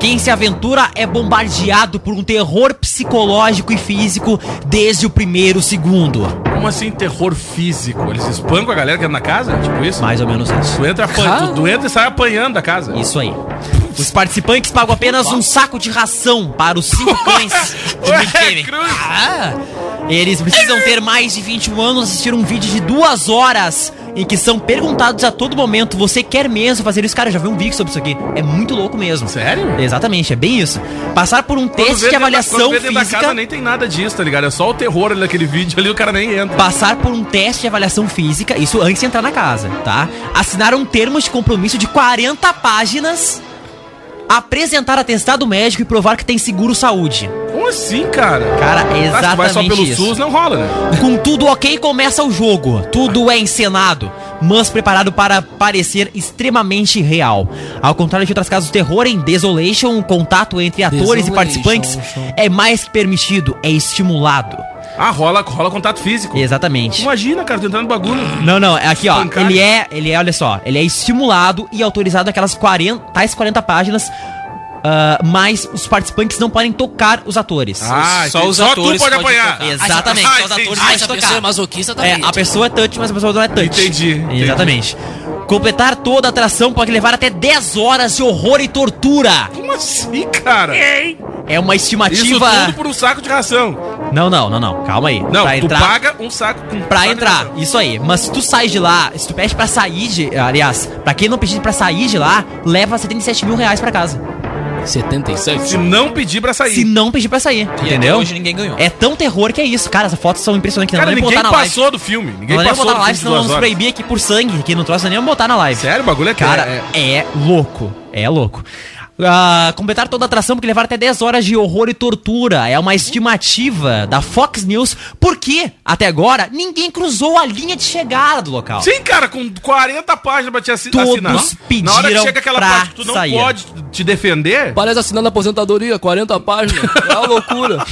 S11: Quem se aventura é bombardeado por um terror psicológico e físico desde o primeiro segundo.
S10: Como assim terror físico? Eles espancam a galera que anda na casa? Tipo isso?
S11: Mais ou menos isso.
S10: Tu entra, apan... tu, tu entra e sai apanhando da casa.
S11: Isso aí. Os participantes pagam apenas um saco de ração para os cinco cães de Nick Cave.
S10: cruz.
S11: Ah, Eles precisam ter mais de 21 anos assistir um vídeo de duas horas em que são perguntados a todo momento: você quer mesmo fazer isso? Cara, eu já vi um vídeo sobre isso aqui. É muito louco mesmo.
S10: Sério?
S11: Exatamente, é bem isso. Passar por um
S10: Quando vê
S11: teste de
S10: dentro da-
S11: avaliação
S10: quando vê dentro da
S11: física.
S10: casa nem tem nada disso, tá ligado? É só o terror ali daquele vídeo ali, o cara nem entra.
S11: Passar por um teste de avaliação física, isso antes de entrar na casa, tá? Assinar um termo de compromisso de 40 páginas, apresentar atestado médico e provar que tem seguro saúde.
S10: Como assim, cara?
S11: Cara, é
S10: Ah, se tu vai só
S11: exatamente
S10: pelo
S11: isso.
S10: SUS, não rola, né?
S11: Com tudo ok, começa o jogo. Tudo é encenado, mas preparado para parecer extremamente real. Ao contrário de outras casas do terror, em Desolation, o contato entre atores e
S8: Desolation.
S11: participantes é mais que permitido, é estimulado.
S10: Ah, rola, rola contato físico.
S11: Exatamente.
S10: Imagina, cara, tentando bagulho.
S11: Não, não, é aqui, ó. Ele é, ele é, olha só, ele é estimulado e autorizado aquelas 40, tais 40 páginas. ah, mas os participantes não podem tocar os atores.
S10: Ah, Só entendi. os Só tu atores pode podem apanhar. tocar.
S11: Exatamente,
S10: Ah,
S11: só os atores
S10: entendi.
S11: podem
S10: Ah, se a
S11: tocar.
S10: pessoa é masoquista, tá
S11: É,
S10: bem.
S11: a pessoa é touch, mas a pessoa não é touch.
S10: Entendi, entendi.
S11: Exatamente. Completar toda a atração pode levar até 10 horas de horror e tortura.
S10: Como assim, cara?
S11: É uma
S10: Isso
S11: estimativa.
S10: tudo por um saco de ração.
S11: Não, não, não, não. Calma aí.
S10: Não,
S11: pra
S10: tu
S11: entrar,
S10: paga um saco com
S11: Pra
S10: saco de
S11: entrar,
S10: ração.
S11: isso aí. Mas se tu sai de lá, se tu pede pra sair de. Aliás, pra quem não pedir pra sair de lá, leva 77 mil reais pra casa.
S8: 77?
S10: Se não pedir pra sair.
S11: Se não pedir pra sair.
S10: é
S8: até
S11: entendeu?
S8: hoje ninguém ganhou.
S11: É tão terror que é isso. Cara, essas fotos são impressionantes. que
S10: Cara,
S11: não vou nem
S10: ninguém
S11: botar na live.
S10: passou do filme. Ninguém
S11: não vou nem
S10: passou
S11: botar na
S10: do
S11: live,
S10: filme
S11: senão
S10: de
S11: vamos
S10: duas horas.
S11: proibir aqui por sangue, que não troço nem vamos botar na live.
S10: Sério, o bagulho é
S11: Cara, é, louco. É louco. Ah, completar toda a atração porque levar até 10 horas de horror e tortura. É uma estimativa da Fox News, porque até agora ninguém cruzou a linha de chegada do local.
S10: Sim, cara, com 40 páginas pra te assi-
S11: Todos
S10: assinar. Na hora que
S11: pediram
S10: chega aquela
S11: pra
S10: parte que tu não
S11: sair.
S10: pode te defender.
S8: Parece assinando aposentadoria, 40 páginas. É uma loucura.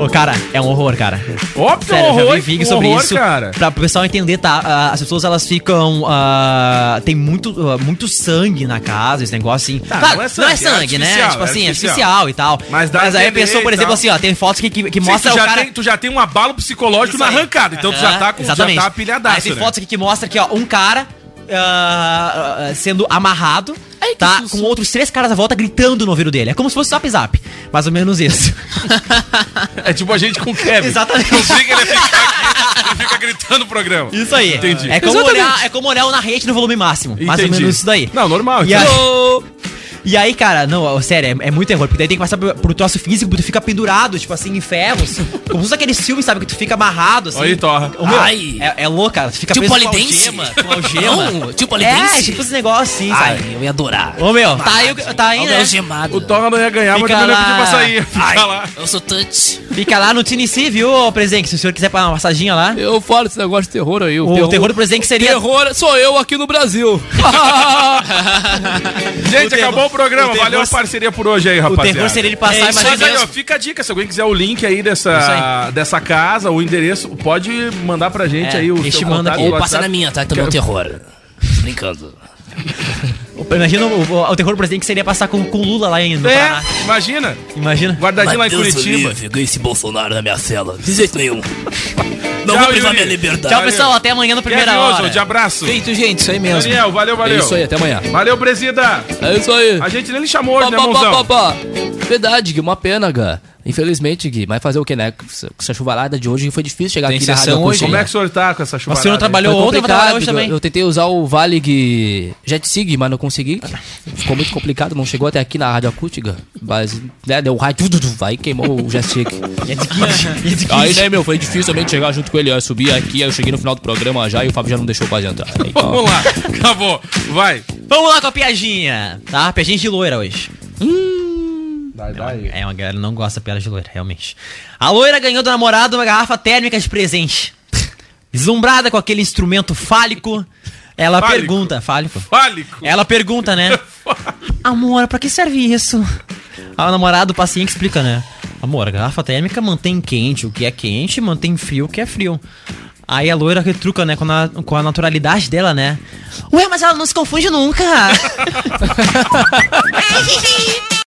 S11: Ô, cara, é um horror, cara.
S10: Óbvio,
S11: Sério, eu já
S8: horror,
S11: vi vídeo
S8: um
S11: sobre
S8: horror,
S11: isso.
S8: cara.
S11: Pra o pessoal entender, tá? Ah, as pessoas elas ficam. ah, tem muito, ah, muito sangue na casa, esse negócio assim.
S8: Tá,
S11: Claro,
S8: não é
S11: não é
S8: sangue, é
S11: sangue, né?
S8: artificial,
S11: Tipo assim,
S8: é
S11: é
S8: artificial.
S11: artificial e tal.
S10: Mas dá
S11: aí
S10: a
S11: a pessoa,
S10: entender
S11: por
S10: e
S11: exemplo,
S10: tal.
S11: assim, ó, tem fotos que, que, que
S10: Sim,
S11: mostra
S10: tu já
S11: é o cara.
S10: tem, tu já tem um abalo psicológico
S11: Isso
S10: na
S11: aí.
S10: arrancada, então tu já
S11: Aham,
S10: tá com
S11: exatamente.
S10: já tá
S11: Aí
S10: pilhadaço,
S11: tem
S10: né?
S11: fotos aqui que mostra aqui, ó, um cara ah, ah, sendo amarrado, tá? Com outros três caras à volta gritando no ouvido dele. É como se fosse zap zap. Mais ou menos isso.
S10: É tipo a gente com o Kevin.
S11: Exatamente.
S10: Consiga ele ficar aqui, ele fica gritando o programa.
S11: Isso aí.
S10: Entendi.
S11: É como, olhar, é como olhar o na rede no volume máximo. Mais ou
S10: Entendi.
S11: menos isso daí.
S10: Não, normal.
S11: E aí, e aí, cara, não, ó, sério, é, é muito terror. Porque daí tem que passar pro, pro troço físico, porque tu fica pendurado, tipo assim, em ferros. como se aqueles filmes, sabe? Que tu fica amarrado, assim.
S10: Olha, torra.
S11: Ô, meu,
S10: Ai.
S11: É, é louco, cara. Tu fica
S10: Tipo
S11: preso com
S10: polidense?
S11: algema. Com algema.
S10: Não,
S8: tipo polidense?
S11: É, tipo esse negócio assim,
S8: Ai,
S11: sabe?
S8: eu ia adorar.
S11: Ô, meu, tá aí, o- tá aí, né?
S10: Ah, O Torra não ia ganhar, mas
S11: Fica
S10: também não ia
S11: lá.
S10: pedir pra sair. Fica
S11: Ai.
S10: lá.
S8: Eu sou touch.
S11: Fica lá no TNC, viu, ô, presidente? Se o senhor quiser pagar uma passadinha lá.
S8: Eu falo desse negócio de terror aí.
S11: O terror, do presidente seria.
S8: Terror é- sou eu aqui no Brasil.
S10: Ah, Gente,
S8: terror-
S10: acabou o programa.
S8: o terror-
S10: Valeu a parceria por hoje aí, rapaziada.
S11: terror seria ele passar,
S10: É isso aí,
S11: imagina
S10: velho,
S11: mesmo.
S10: Fica a dica. Se alguém quiser o link aí
S11: Isso
S10: dessa, dessa casa, o endereço, pode mandar pra gente
S8: É,
S10: aí o
S8: a gente
S10: seu
S8: manda
S10: contato
S8: aqui.
S10: do
S8: Ou passa
S10: WhatsApp.
S8: na minha, tá? Que também é um
S10: Quero-
S8: terror. Brincando.
S11: Imagina o, o- o terror do presidente seria passar com com o Lula lá em, no Paraná.
S8: né?
S10: É, imagina.
S11: Imagina.
S10: Guardadinho lá em Curitiba.
S8: Ganhei esse Bolsonaro na minha cela. De jeito nenhum. Não
S10: Tchau,
S8: vou
S10: Yuri.
S8: privar minha liberdade.
S11: Tchau, pessoal. Até amanhã no Primeira
S10: Kevin
S11: Hora.
S10: Oswald, de abraço.
S8: Feito, gente. Isso aí mesmo.
S10: Daniel, valeu, valeu.
S8: É isso aí, até amanhã.
S10: Valeu, Presida.
S8: É isso aí.
S10: A gente nem lhe chamou hoje, né,
S8: Pá, pá, pá,
S10: mãozão?
S8: pá, pá. Verdade, Gui, uma pena, Gá. Infelizmente, Gui, vai fazer o quê, né? Com essa- com essa chuvarada de hoje foi difícil chegar
S12: Tem
S8: aqui na
S12: sessão hoje?
S8: rádio Acústica.
S10: Como é que o senhor tá com essa chuvarada?
S11: o senhor não trabalhou
S8: Foi
S11: ontem, eu vou trabalhar
S8: complicado,
S11: hoje também.
S8: Eu tentei usar o Vale Gui Jet Sig, mas não consegui. Ficou muito complicado, não chegou até aqui na rádio acústica. Mas, né, deu rádio, vai queimou o Jet
S11: é
S8: Sig.
S10: Ah,
S8: Aí,
S10: é-
S8: né, meu, foi dificilmente chegar junto com ele. Eu subi aqui, aí eu cheguei no final do programa já e o Fábio já não deixou quase entrar. Então,
S10: Vamos lá. Acabou. Vai.
S11: Vamos lá com a piadinha. Tá? Piadinha de loira hoje.
S10: Dá,
S11: É uma, é uma galera não gosta de piada de loira, realmente. A loira ganhou do namorado uma garrafa térmica de presente. Deslumbrada com aquele instrumento fálico, ela
S10: Fálico.
S11: pergunta. Fálico.
S10: Fálico.
S11: Ela pergunta, né? Amor, pra que serve isso? Aí Ah, o namorado, o paciente explica, né? Amor, a garrafa térmica mantém quente o que é quente, mantém frio o que é frio. Aí a loira retruca, né, com a, com a naturalidade dela, né? Ué, mas ela não se confunde nunca.